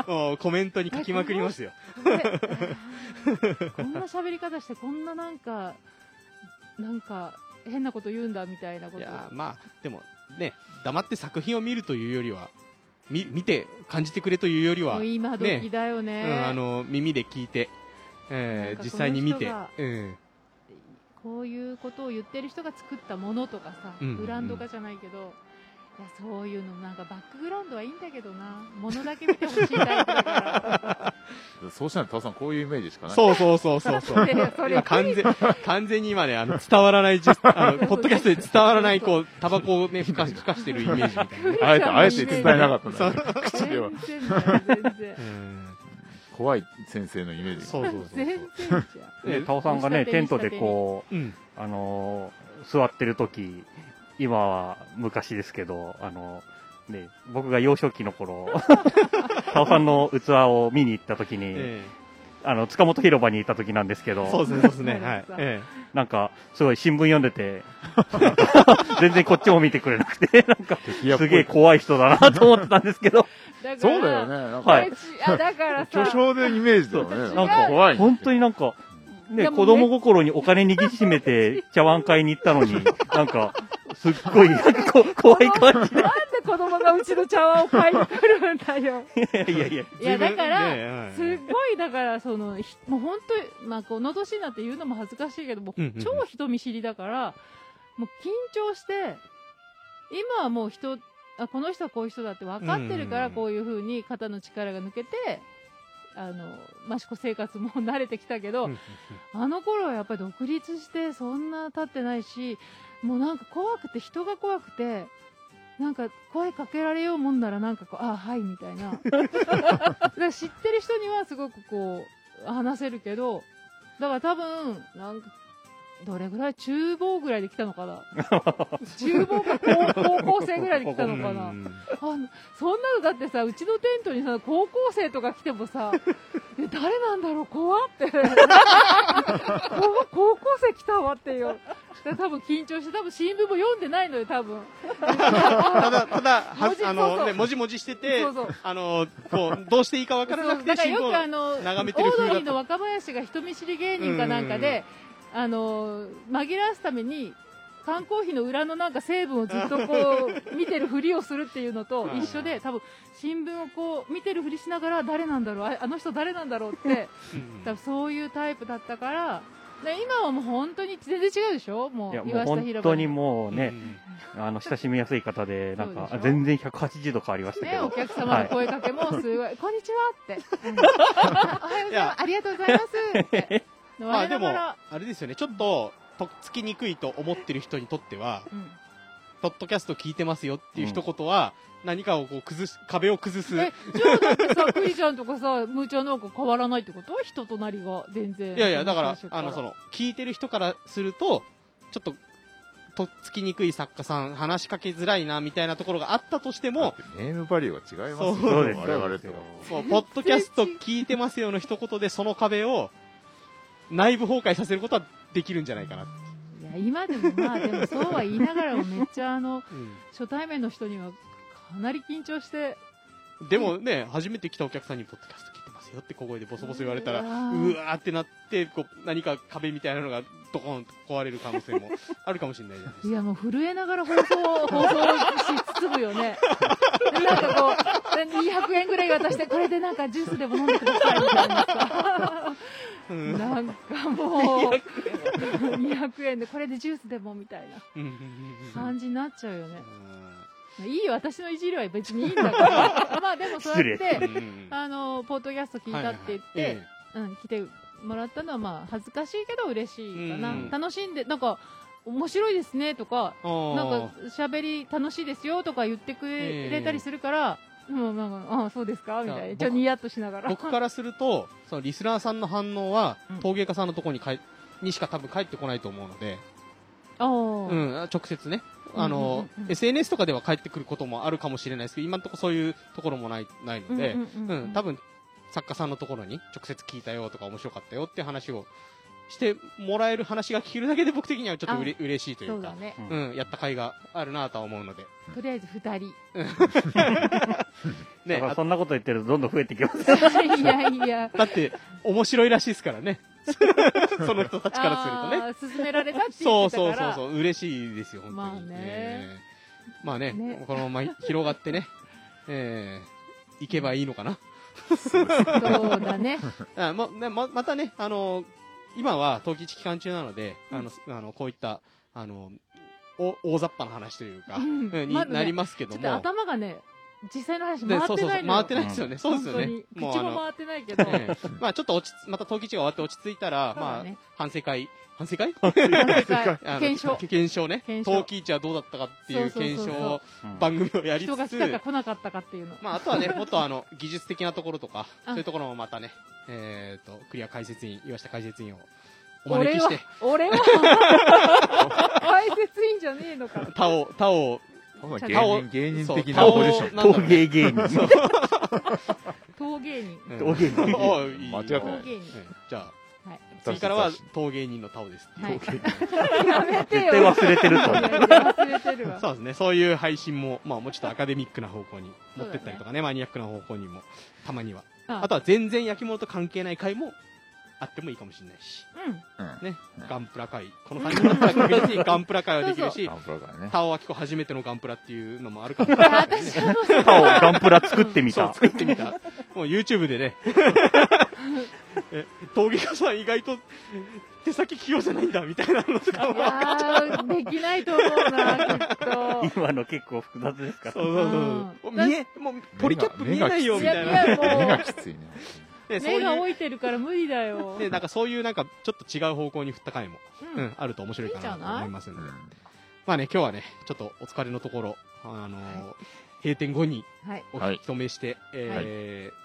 Speaker 1: もうコメントに書きまくります
Speaker 3: <laughs>
Speaker 1: よ。
Speaker 3: こんな喋り方して、こんななんか、なんか、変なこと言うんだみたいなこ
Speaker 1: い
Speaker 3: と。
Speaker 1: や、まあ、でも、ね、黙って作品を見るというよりは、み、見て感じてくれというよりは、
Speaker 3: もう
Speaker 1: うん、
Speaker 3: 今時だよね
Speaker 1: あの、耳で聞いて、えー、
Speaker 3: なんかこの人が
Speaker 1: 実際に見て、うん。
Speaker 3: こういうことを言ってる人が作ったものとかさ、
Speaker 1: うん
Speaker 3: ブランド化じゃないけど、いやそういうのなんかバックグラウンドはいいんだけどなものだけ見てほしいタイプだから
Speaker 2: そうしないと、多分さんこういうイメージしかない。
Speaker 1: そうそうそうそうそう。
Speaker 3: でそれ
Speaker 1: 今完全、完全に今ね、あの、伝わらないじゅ、
Speaker 3: <laughs>
Speaker 1: あの、ポッドキャストで伝わらない、こう、タバコをね、ふか、ふかしてるイメージみたいなね。 <laughs>
Speaker 2: あえて、あえて伝えなかったんだよね
Speaker 3: 全
Speaker 2: 口では
Speaker 3: 然だよ全然
Speaker 1: うん。
Speaker 2: <laughs> 怖い先生のイメージ。
Speaker 1: そうそうそう
Speaker 3: 全
Speaker 1: そ
Speaker 3: 然
Speaker 1: う。
Speaker 3: じゃん
Speaker 4: で、タオさんがね、テントでこ
Speaker 1: うん。
Speaker 4: う、あのー座ってる時、今は昔ですけど、あのーで、僕が幼少期の
Speaker 1: <laughs>
Speaker 4: 頃、タオさんの器を見に行った時に、
Speaker 1: え
Speaker 4: あの、塚本広場にいた時なんですけ
Speaker 1: えそうで
Speaker 4: ど、
Speaker 1: すね、そうですね。はい
Speaker 3: そう。なんだ
Speaker 1: え
Speaker 4: なんか、すごい新聞読んで
Speaker 1: <laughs>
Speaker 4: て、 <laughs> なんか全然こっちも見てくれなくて、なんか、
Speaker 2: いや
Speaker 4: すげえ怖い人だなと思ってたんですけど、
Speaker 3: だか
Speaker 2: そ
Speaker 3: ら
Speaker 2: うだよね。なんか、
Speaker 4: はい
Speaker 3: えちあだからさ
Speaker 2: 巨匠でイメージだよね。
Speaker 4: なんか
Speaker 2: 怖い。
Speaker 4: 本当になんか、
Speaker 3: い
Speaker 4: ね、
Speaker 3: やもう
Speaker 4: 子供心にお金握りしめて茶碗会に行ったの
Speaker 3: <laughs>
Speaker 4: に、なんか、すっごい、なんかこ怖い感じで。
Speaker 3: なんで子供がうちの茶碗を買いに来るんだよ。
Speaker 4: いやいや、
Speaker 1: え
Speaker 3: いや、だから、す
Speaker 1: す
Speaker 3: っごい、だから、その、ひもう本当に、まあ、この年になって言うのも恥ずかしいけど、も
Speaker 1: う
Speaker 3: う
Speaker 1: んうんうん
Speaker 3: 超人見知りだから、もう緊張して、今はもう人、あ、この人はこういう人だって分かってるか
Speaker 1: う
Speaker 3: ら、
Speaker 1: んうんうん
Speaker 3: こういうふうに肩の力が抜けて、あの、益子生活も慣れてきたけど、あの頃はやっぱり独立して、そんな経ってないし、もうなんか怖くて、人が怖くて、なんか声かけられようもんならなんかこう、あはい、みたいな。だから知ってる人にはすごくこう、話せるけど、だから多分、なんか、どれぐらい厨房ぐらいで来たのかな厨房か高高校生ぐらいで来たのかなあそんなのだってさ、うちのテントにさ、高校生とか来てもさ、え誰なんだろう、怖って。こ高校生来たわってよ。だから多分緊張して、多分新聞も読んでないのよ、多分。
Speaker 1: ただ、ただ、は
Speaker 3: 文字
Speaker 1: あ
Speaker 3: そうそ
Speaker 1: の、
Speaker 3: う
Speaker 1: ね、もじもじしてて
Speaker 3: そうそう、
Speaker 1: あの、こう、どうしていいかわからなく
Speaker 3: そ
Speaker 1: て、
Speaker 3: うだか
Speaker 1: 進
Speaker 3: らよ
Speaker 1: 行
Speaker 3: くあのオ
Speaker 1: 眺め
Speaker 3: ー
Speaker 1: てる風
Speaker 3: ド
Speaker 1: だと
Speaker 3: リーの若林が人見知り芸人かなんかで、あの紛らわすために缶コーヒーの裏のなんか成分をずっとこ <laughs> う見てるふりをするっていうのと一緒で多分新聞をこう見てるふりしながら誰なんだろうああの人誰なんだろう <laughs> って
Speaker 1: うん
Speaker 3: 多分そういうタイプだったからで今はもう本当に全然違うでしょも
Speaker 4: いや
Speaker 3: う
Speaker 4: もう
Speaker 3: 岩下
Speaker 4: 本
Speaker 3: 広
Speaker 4: 当
Speaker 3: 場
Speaker 4: に
Speaker 3: に
Speaker 4: もう
Speaker 1: う
Speaker 4: ね、
Speaker 1: ん
Speaker 4: あの、親しみやすい方で、な
Speaker 3: そ
Speaker 4: ん
Speaker 3: うで
Speaker 4: か
Speaker 3: しょ、
Speaker 4: 全然180度変わりましたけ
Speaker 3: ね、
Speaker 4: ど
Speaker 3: お。客様の声かけもすご
Speaker 1: <laughs>
Speaker 3: い、こんにちはって、うんあおはようございます、ありがとうございますって、
Speaker 1: まあ
Speaker 3: 我
Speaker 1: で
Speaker 3: な
Speaker 1: も、
Speaker 3: がら
Speaker 1: あ、れですよね、ちょっと、とっつきにくいと思ってる人にとっては、
Speaker 3: うん
Speaker 1: ポッドキャスト聞いてますよっていう一言は、何かをこう崩し、壁を崩す。い
Speaker 3: え、じゃあだってさ、クリちゃんとかさ、ムーちゃんなんか変わらないってこと人となりが全然。
Speaker 1: やいや、だから
Speaker 3: 最初、
Speaker 1: あの、そ、の、聞いてる人からすると、ちょっと、とっつきにくい作家さん、話しかけづらいな、みたいなところがあったとしても、
Speaker 2: ネームバリューが違いますよ
Speaker 1: そう
Speaker 4: です
Speaker 2: 我々と
Speaker 4: そう
Speaker 2: は
Speaker 4: で。
Speaker 1: もうポッドキャスト聞いてますよの一言で、その壁を、内部崩壊させることはできるんじゃないかな。
Speaker 3: いや、今でもまあ、でもそうは言いながらもめっちゃあの、初対面の人にはかなり緊張して、
Speaker 1: でもね、初めて来たお客さんに、ポッドキャスト聞いてますよって小声でボソボソ言われたら、
Speaker 3: う
Speaker 1: う
Speaker 3: わー
Speaker 1: わーってなって、こう、何か壁みたいなのがドコンと壊れる可能性もあるかもしれないじゃないです
Speaker 3: い
Speaker 1: か。
Speaker 3: や、もう震えながら放送を、放送しつつむよね。でなんかこう、200円ぐらい渡して、これでなんかジュースでも飲んでくださいみたいなさ。
Speaker 1: うん
Speaker 3: なんかもう、200円で、これでジュースでもみたいな
Speaker 1: うんうんうんうん
Speaker 3: 感じになっちゃうよね。
Speaker 1: う
Speaker 3: いいよ私のいじりは別にいいんだから。まあでもそうやっ
Speaker 1: んう
Speaker 3: て、
Speaker 1: んうん
Speaker 3: あの、ポッドキャスト聞いたって言って、
Speaker 1: はいはいえ
Speaker 3: うん、来てもらったのはまあ恥ずかしいけど嬉しいかな。
Speaker 1: うん
Speaker 3: 楽しんで、なんか、面白いですねとか、
Speaker 1: えあー
Speaker 3: なんか喋り楽しいですよとか言ってくれたりするから、うん、なんか、あそうですかみたい
Speaker 1: いや
Speaker 3: な。ちょ、
Speaker 1: 僕
Speaker 3: ニヤっとしながら。
Speaker 1: 僕からすると、そのリスナーさんの反応は
Speaker 3: うん、
Speaker 1: 陶芸家さんのところにかにしか多分返ってこないと思うので、
Speaker 3: あ
Speaker 1: う
Speaker 3: ー
Speaker 1: ん、直接ね。あの、
Speaker 3: うんうんうん
Speaker 1: SNS とかでは返ってくることもあるかもしれないですけど、今のところそういうところもない、ないので、
Speaker 3: うんう
Speaker 1: うん
Speaker 3: うん
Speaker 1: ん、多分、作家さんのところに直接聞いたよとか面白かったよって話をしてもらえる話が聞けるだけで僕的にはちょっとうれ嬉しいとい
Speaker 3: そううだ
Speaker 1: か、
Speaker 3: ね。
Speaker 1: うん、やった甲斐があるなとは思うので。
Speaker 3: とりあえず二
Speaker 1: <laughs>
Speaker 3: 人。
Speaker 4: だ
Speaker 1: ね、
Speaker 4: から
Speaker 1: あ
Speaker 4: そんなこと言ってるとどんどん増えてきます。
Speaker 3: いやいや。
Speaker 1: だって、面白いらしいですから
Speaker 3: <laughs>
Speaker 1: ね。その人たちからするとね。
Speaker 3: あー勧められたって言
Speaker 1: そ
Speaker 3: っ
Speaker 1: う
Speaker 3: てたか
Speaker 1: そう
Speaker 3: ら。
Speaker 1: そうそう、嬉しいですよ、本当に。
Speaker 3: まあね
Speaker 1: ええまあね、
Speaker 3: ね
Speaker 1: このまま広がってね、ええ行けばいいのかな。
Speaker 3: そう
Speaker 1: <laughs>
Speaker 3: だね。
Speaker 1: あまねままたね、あの今は冬季期間中なので、あのあのこういったあのお大雑把な話というか、
Speaker 3: うん
Speaker 1: うんに
Speaker 3: まだね
Speaker 1: なりますけ
Speaker 3: ち
Speaker 1: ど
Speaker 3: ょっと
Speaker 1: も。
Speaker 3: 頭がね、実際の話
Speaker 1: ね
Speaker 3: 回っ
Speaker 1: そう
Speaker 3: て
Speaker 1: そう
Speaker 3: な
Speaker 1: そ
Speaker 3: いう
Speaker 1: 回
Speaker 3: のよ。
Speaker 1: ってないですよね、そうですよね。
Speaker 3: 本当に口も
Speaker 1: あ
Speaker 3: 回ってないけど。
Speaker 1: ええまあちょっと落ち、また冬季期が終わって落ち着いたら、
Speaker 3: そうだ
Speaker 1: まあ <laughs>
Speaker 3: ね
Speaker 1: 反省会、反省会
Speaker 3: なんか
Speaker 1: あの
Speaker 3: 検証。
Speaker 1: 検証ね。
Speaker 3: 検証
Speaker 1: 冬季一はどうだったかっていう
Speaker 3: そうそう
Speaker 1: 検
Speaker 3: そうそう
Speaker 1: 証を
Speaker 4: うん
Speaker 1: 番組をやり
Speaker 3: 人が
Speaker 1: つ
Speaker 3: 来たか
Speaker 1: つ、
Speaker 3: 来なかったかっていうの。
Speaker 1: まあ、あとはね、もっとあの、技術的なところとか、
Speaker 3: <laughs> あ
Speaker 1: そういうところもまたね、えっ、と、クリア解説員、岩下解説員をお招
Speaker 3: 俺
Speaker 1: きし
Speaker 3: は
Speaker 1: て、、 <laughs>
Speaker 3: 俺は、解説員じゃねえのか。
Speaker 1: 他を、他を
Speaker 2: そうだ
Speaker 3: ちゃん
Speaker 2: 芸人芸人的なポジション
Speaker 1: ン
Speaker 4: 陶芸芸人。
Speaker 3: 陶芸人。
Speaker 4: 陶芸人
Speaker 2: 間違って
Speaker 3: 陶
Speaker 2: ない
Speaker 3: 芸人。
Speaker 1: じゃ
Speaker 3: はい。
Speaker 1: あ次からは陶芸人のタオです
Speaker 3: はい
Speaker 1: 陶芸
Speaker 3: やめて
Speaker 4: 絶
Speaker 3: よ。
Speaker 4: 対忘れてると。
Speaker 3: 忘れてるわ。
Speaker 1: そうですねそういう配信もまあもうちょっとアカデミックな方向に持ってったりとかねマニアックな方向にもたまにはあとは全然焼き物と関係ない回もあってもいいかもしれないし
Speaker 3: うん。
Speaker 1: ね
Speaker 2: うん
Speaker 1: ガンプラ回この感じだったら確実にガンプラ回はできる
Speaker 2: うん
Speaker 1: し
Speaker 2: ガンプラだね
Speaker 1: タオアキコ初めてのガンプラっていうのもあるかもしれ <laughs> ないしね
Speaker 3: 私もそう。
Speaker 4: 歯をガンプラ作ってみ
Speaker 1: そう
Speaker 4: た。
Speaker 1: 作ってみたもう YouTube で <laughs> ねえ陶芸家さん意外と手先器用じゃないんだみたいなのとか <laughs> も
Speaker 3: あーできないと思うな、きっと。
Speaker 4: 今の結構複雑ですか
Speaker 1: そ
Speaker 4: ら。
Speaker 1: うそうそう、
Speaker 3: うん
Speaker 1: もう見えもう鳥キャップ見えないよみたい
Speaker 3: いや
Speaker 1: ない
Speaker 3: やもう
Speaker 2: 目がきついね
Speaker 1: でそう
Speaker 3: 目が
Speaker 1: いう
Speaker 3: 老いてるから無理だよ。
Speaker 1: でなんかそういうなんかちょっと違う方向に振った回も、
Speaker 3: う
Speaker 1: うんん、あると面白いかなと思います
Speaker 2: う
Speaker 1: ので
Speaker 2: ん
Speaker 1: まあね今日はねちょっとお疲れのところあのー閉店後に
Speaker 3: はい。
Speaker 1: お引き止めして、えー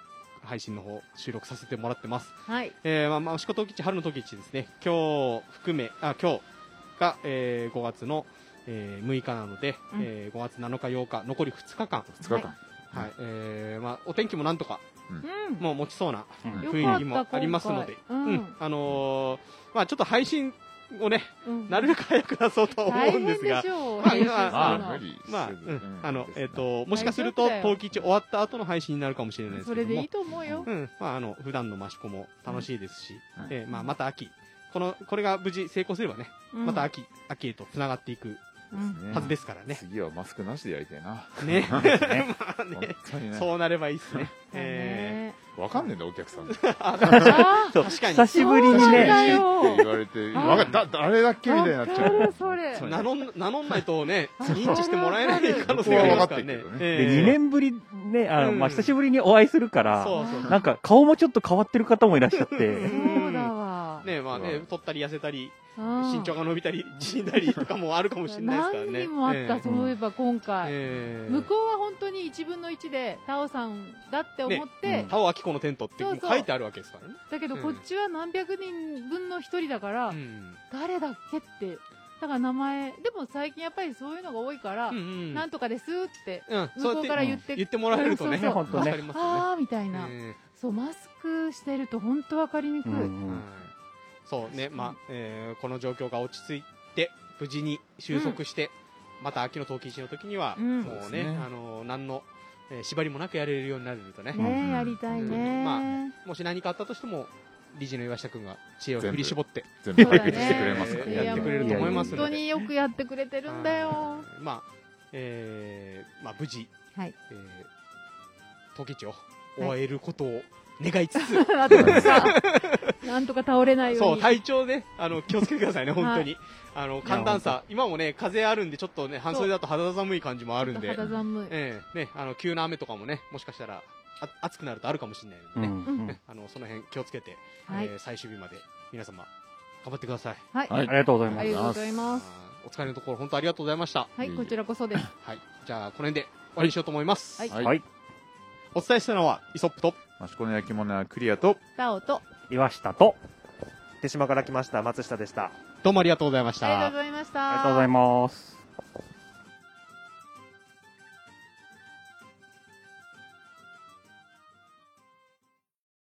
Speaker 1: 配信の方収録させてもらってます
Speaker 3: はい。
Speaker 1: えー、まあ、まあ、牛琴吉、春の時吉ですね、今日含め、あ、今日が、えー、5月の、えー、6日なので、
Speaker 3: うん
Speaker 1: えー、5月7日、8日、残り2日間、
Speaker 2: 二日間
Speaker 1: はい、えー、まあ、お天気もなんとか、
Speaker 3: うん。
Speaker 1: もう持ちそうな
Speaker 4: うん
Speaker 2: よ
Speaker 1: 雰囲気もありますので
Speaker 3: よかっ、た
Speaker 1: う
Speaker 3: 今
Speaker 1: ん、
Speaker 3: 回
Speaker 1: あのー、まあ、ちょっと配信をね、
Speaker 3: うん
Speaker 1: なるべく早く出そうとは
Speaker 3: 大
Speaker 1: 思うん
Speaker 3: 変
Speaker 1: ですが
Speaker 3: でし、ょう。
Speaker 1: まあ
Speaker 3: 編集するの
Speaker 1: まあ
Speaker 2: 無理
Speaker 1: まあ、う
Speaker 2: せずうん
Speaker 1: ん、あの
Speaker 2: で、すね
Speaker 1: えっ、と、もしかすると、
Speaker 3: 大丈夫だよ
Speaker 1: 冬吉終わった後の配信になるかもしれないです
Speaker 3: そ
Speaker 1: け
Speaker 3: れ
Speaker 1: ども
Speaker 3: でいい、と思うよ
Speaker 1: う。ん、まあ、あの、普段の益子も楽しいですし、
Speaker 2: うん
Speaker 1: えーまあ、また秋、この、これが無事成功すればね、また
Speaker 3: うん
Speaker 1: 秋、秋へと繋がっていく
Speaker 3: うん
Speaker 1: はずですすからね。
Speaker 2: 次はマスクなしでやりたいな
Speaker 1: ね。 <laughs> まあ
Speaker 2: 本
Speaker 1: ね、
Speaker 2: 当にね
Speaker 1: そうなればいいですね。
Speaker 3: だ
Speaker 1: え
Speaker 3: ね
Speaker 2: わかんねえんだお客さん
Speaker 3: あ
Speaker 1: ー、確かに
Speaker 4: 久。しぶり
Speaker 3: そ
Speaker 4: に
Speaker 3: うなんだ。
Speaker 4: ね
Speaker 2: って言われて、
Speaker 3: あー
Speaker 2: わかんだ誰だっけみたいになっちゃう。
Speaker 3: わかるそれ
Speaker 1: 名乗ん名乗んないとね、認知してもらえない可能
Speaker 2: 僕
Speaker 1: 性
Speaker 2: は
Speaker 1: がありま
Speaker 2: 分か
Speaker 1: すか
Speaker 2: って
Speaker 1: ら
Speaker 2: るけ
Speaker 1: ね
Speaker 2: どね。。
Speaker 1: え
Speaker 4: で、
Speaker 1: え
Speaker 4: 2年ぶりね、あの、
Speaker 1: うん
Speaker 4: まあ、久しぶりにお会いするから、
Speaker 1: そうそう。
Speaker 4: なんか顔もちょっと変わってる方もいらっしゃっ
Speaker 1: う
Speaker 4: て、
Speaker 3: そうだわ。
Speaker 1: ねまあね
Speaker 2: う、ん
Speaker 1: 取ったり痩せたり、
Speaker 3: うん
Speaker 1: 身長が伸びたり、縮んだりとかもあるかもしれないですからね。
Speaker 3: 何人もあった、
Speaker 1: え
Speaker 3: そういえば今
Speaker 1: え
Speaker 3: 回。
Speaker 1: ええ
Speaker 3: 向こうは本当に1分の1で、タオさんだって思って、
Speaker 4: ねうん
Speaker 1: 田尾明子のテントってもう書いてあるわけですからね。
Speaker 3: だけどこっちは何百人分の1人だから、
Speaker 1: うん
Speaker 3: 誰だっけって。だから名前、でも最近やっぱりそういうのが多いから、
Speaker 1: うんうん
Speaker 3: なんとかですって、
Speaker 1: うん、
Speaker 3: 向こうから言って、
Speaker 1: 言ってもらえるとね、
Speaker 3: そうそう
Speaker 4: 本当ね
Speaker 1: わかりますよね。
Speaker 3: あーみたいな、
Speaker 1: え
Speaker 3: そう、マスクしてると本当わかりにく
Speaker 4: う
Speaker 3: い。
Speaker 4: ん
Speaker 1: え
Speaker 4: うん
Speaker 1: そうね、まあ、えーこの状況が落ち着いて、無事に収束して、また秋の陶器市の時には、
Speaker 3: うん
Speaker 1: もうね、
Speaker 2: そうですね
Speaker 1: あのー何の、えー縛りもなくやれるようになれるとね、
Speaker 3: ねえ、
Speaker 2: うん
Speaker 3: やりたいね。
Speaker 1: まもし何かあったとしても、理事の岩下君が知恵を振り絞って、
Speaker 2: 全部
Speaker 3: そ
Speaker 2: 解
Speaker 3: うだね
Speaker 2: 決してくれますから
Speaker 1: 全部やってくれると思います
Speaker 3: 本
Speaker 1: の
Speaker 3: 当
Speaker 1: で
Speaker 3: によくやってくれてるんだよ。
Speaker 1: あーまあ、えーまあ、無事、
Speaker 3: はい。 <laughs>
Speaker 1: えー、陶器市を終えることを願いつつ、
Speaker 3: あとさ、なんとか倒れないように。
Speaker 1: <laughs> そう、体調ね、あの、気をつけてくださいね、本当に。あの、寒暖
Speaker 4: いや
Speaker 1: 差、今もね、風あるんで、ちょっとね、半袖だと肌寒い感じもあるんで、
Speaker 3: 肌寒い。
Speaker 1: ええね、あの、急な雨とかもね、もしかしたら、あ暑くなるとあるかもしれないので
Speaker 4: う
Speaker 1: ね、
Speaker 4: ん
Speaker 1: ねあの、その辺気をつけて、
Speaker 3: はい
Speaker 1: えー最終日まで、皆様、頑張ってください。
Speaker 3: はい。
Speaker 4: あ
Speaker 2: は
Speaker 4: りがとうござい
Speaker 3: あ
Speaker 4: ます
Speaker 3: り。がとうござい
Speaker 1: あ
Speaker 3: ます。
Speaker 1: ーお疲れのところ、本当ありがとうございました。
Speaker 3: はい、こちらこそです。
Speaker 1: はい。じゃあ、この辺で終わりにしようと思います。
Speaker 3: はい
Speaker 4: はい。
Speaker 1: お伝えしたのは、イソップと、
Speaker 2: マシコの焼き物はクリアと、
Speaker 3: タオと、
Speaker 4: 岩下と、
Speaker 5: 手島から来ました松下でした
Speaker 1: どうもありがとうございまし
Speaker 3: ありが
Speaker 1: た
Speaker 3: とうご。ざいました。
Speaker 4: ありがとうございます。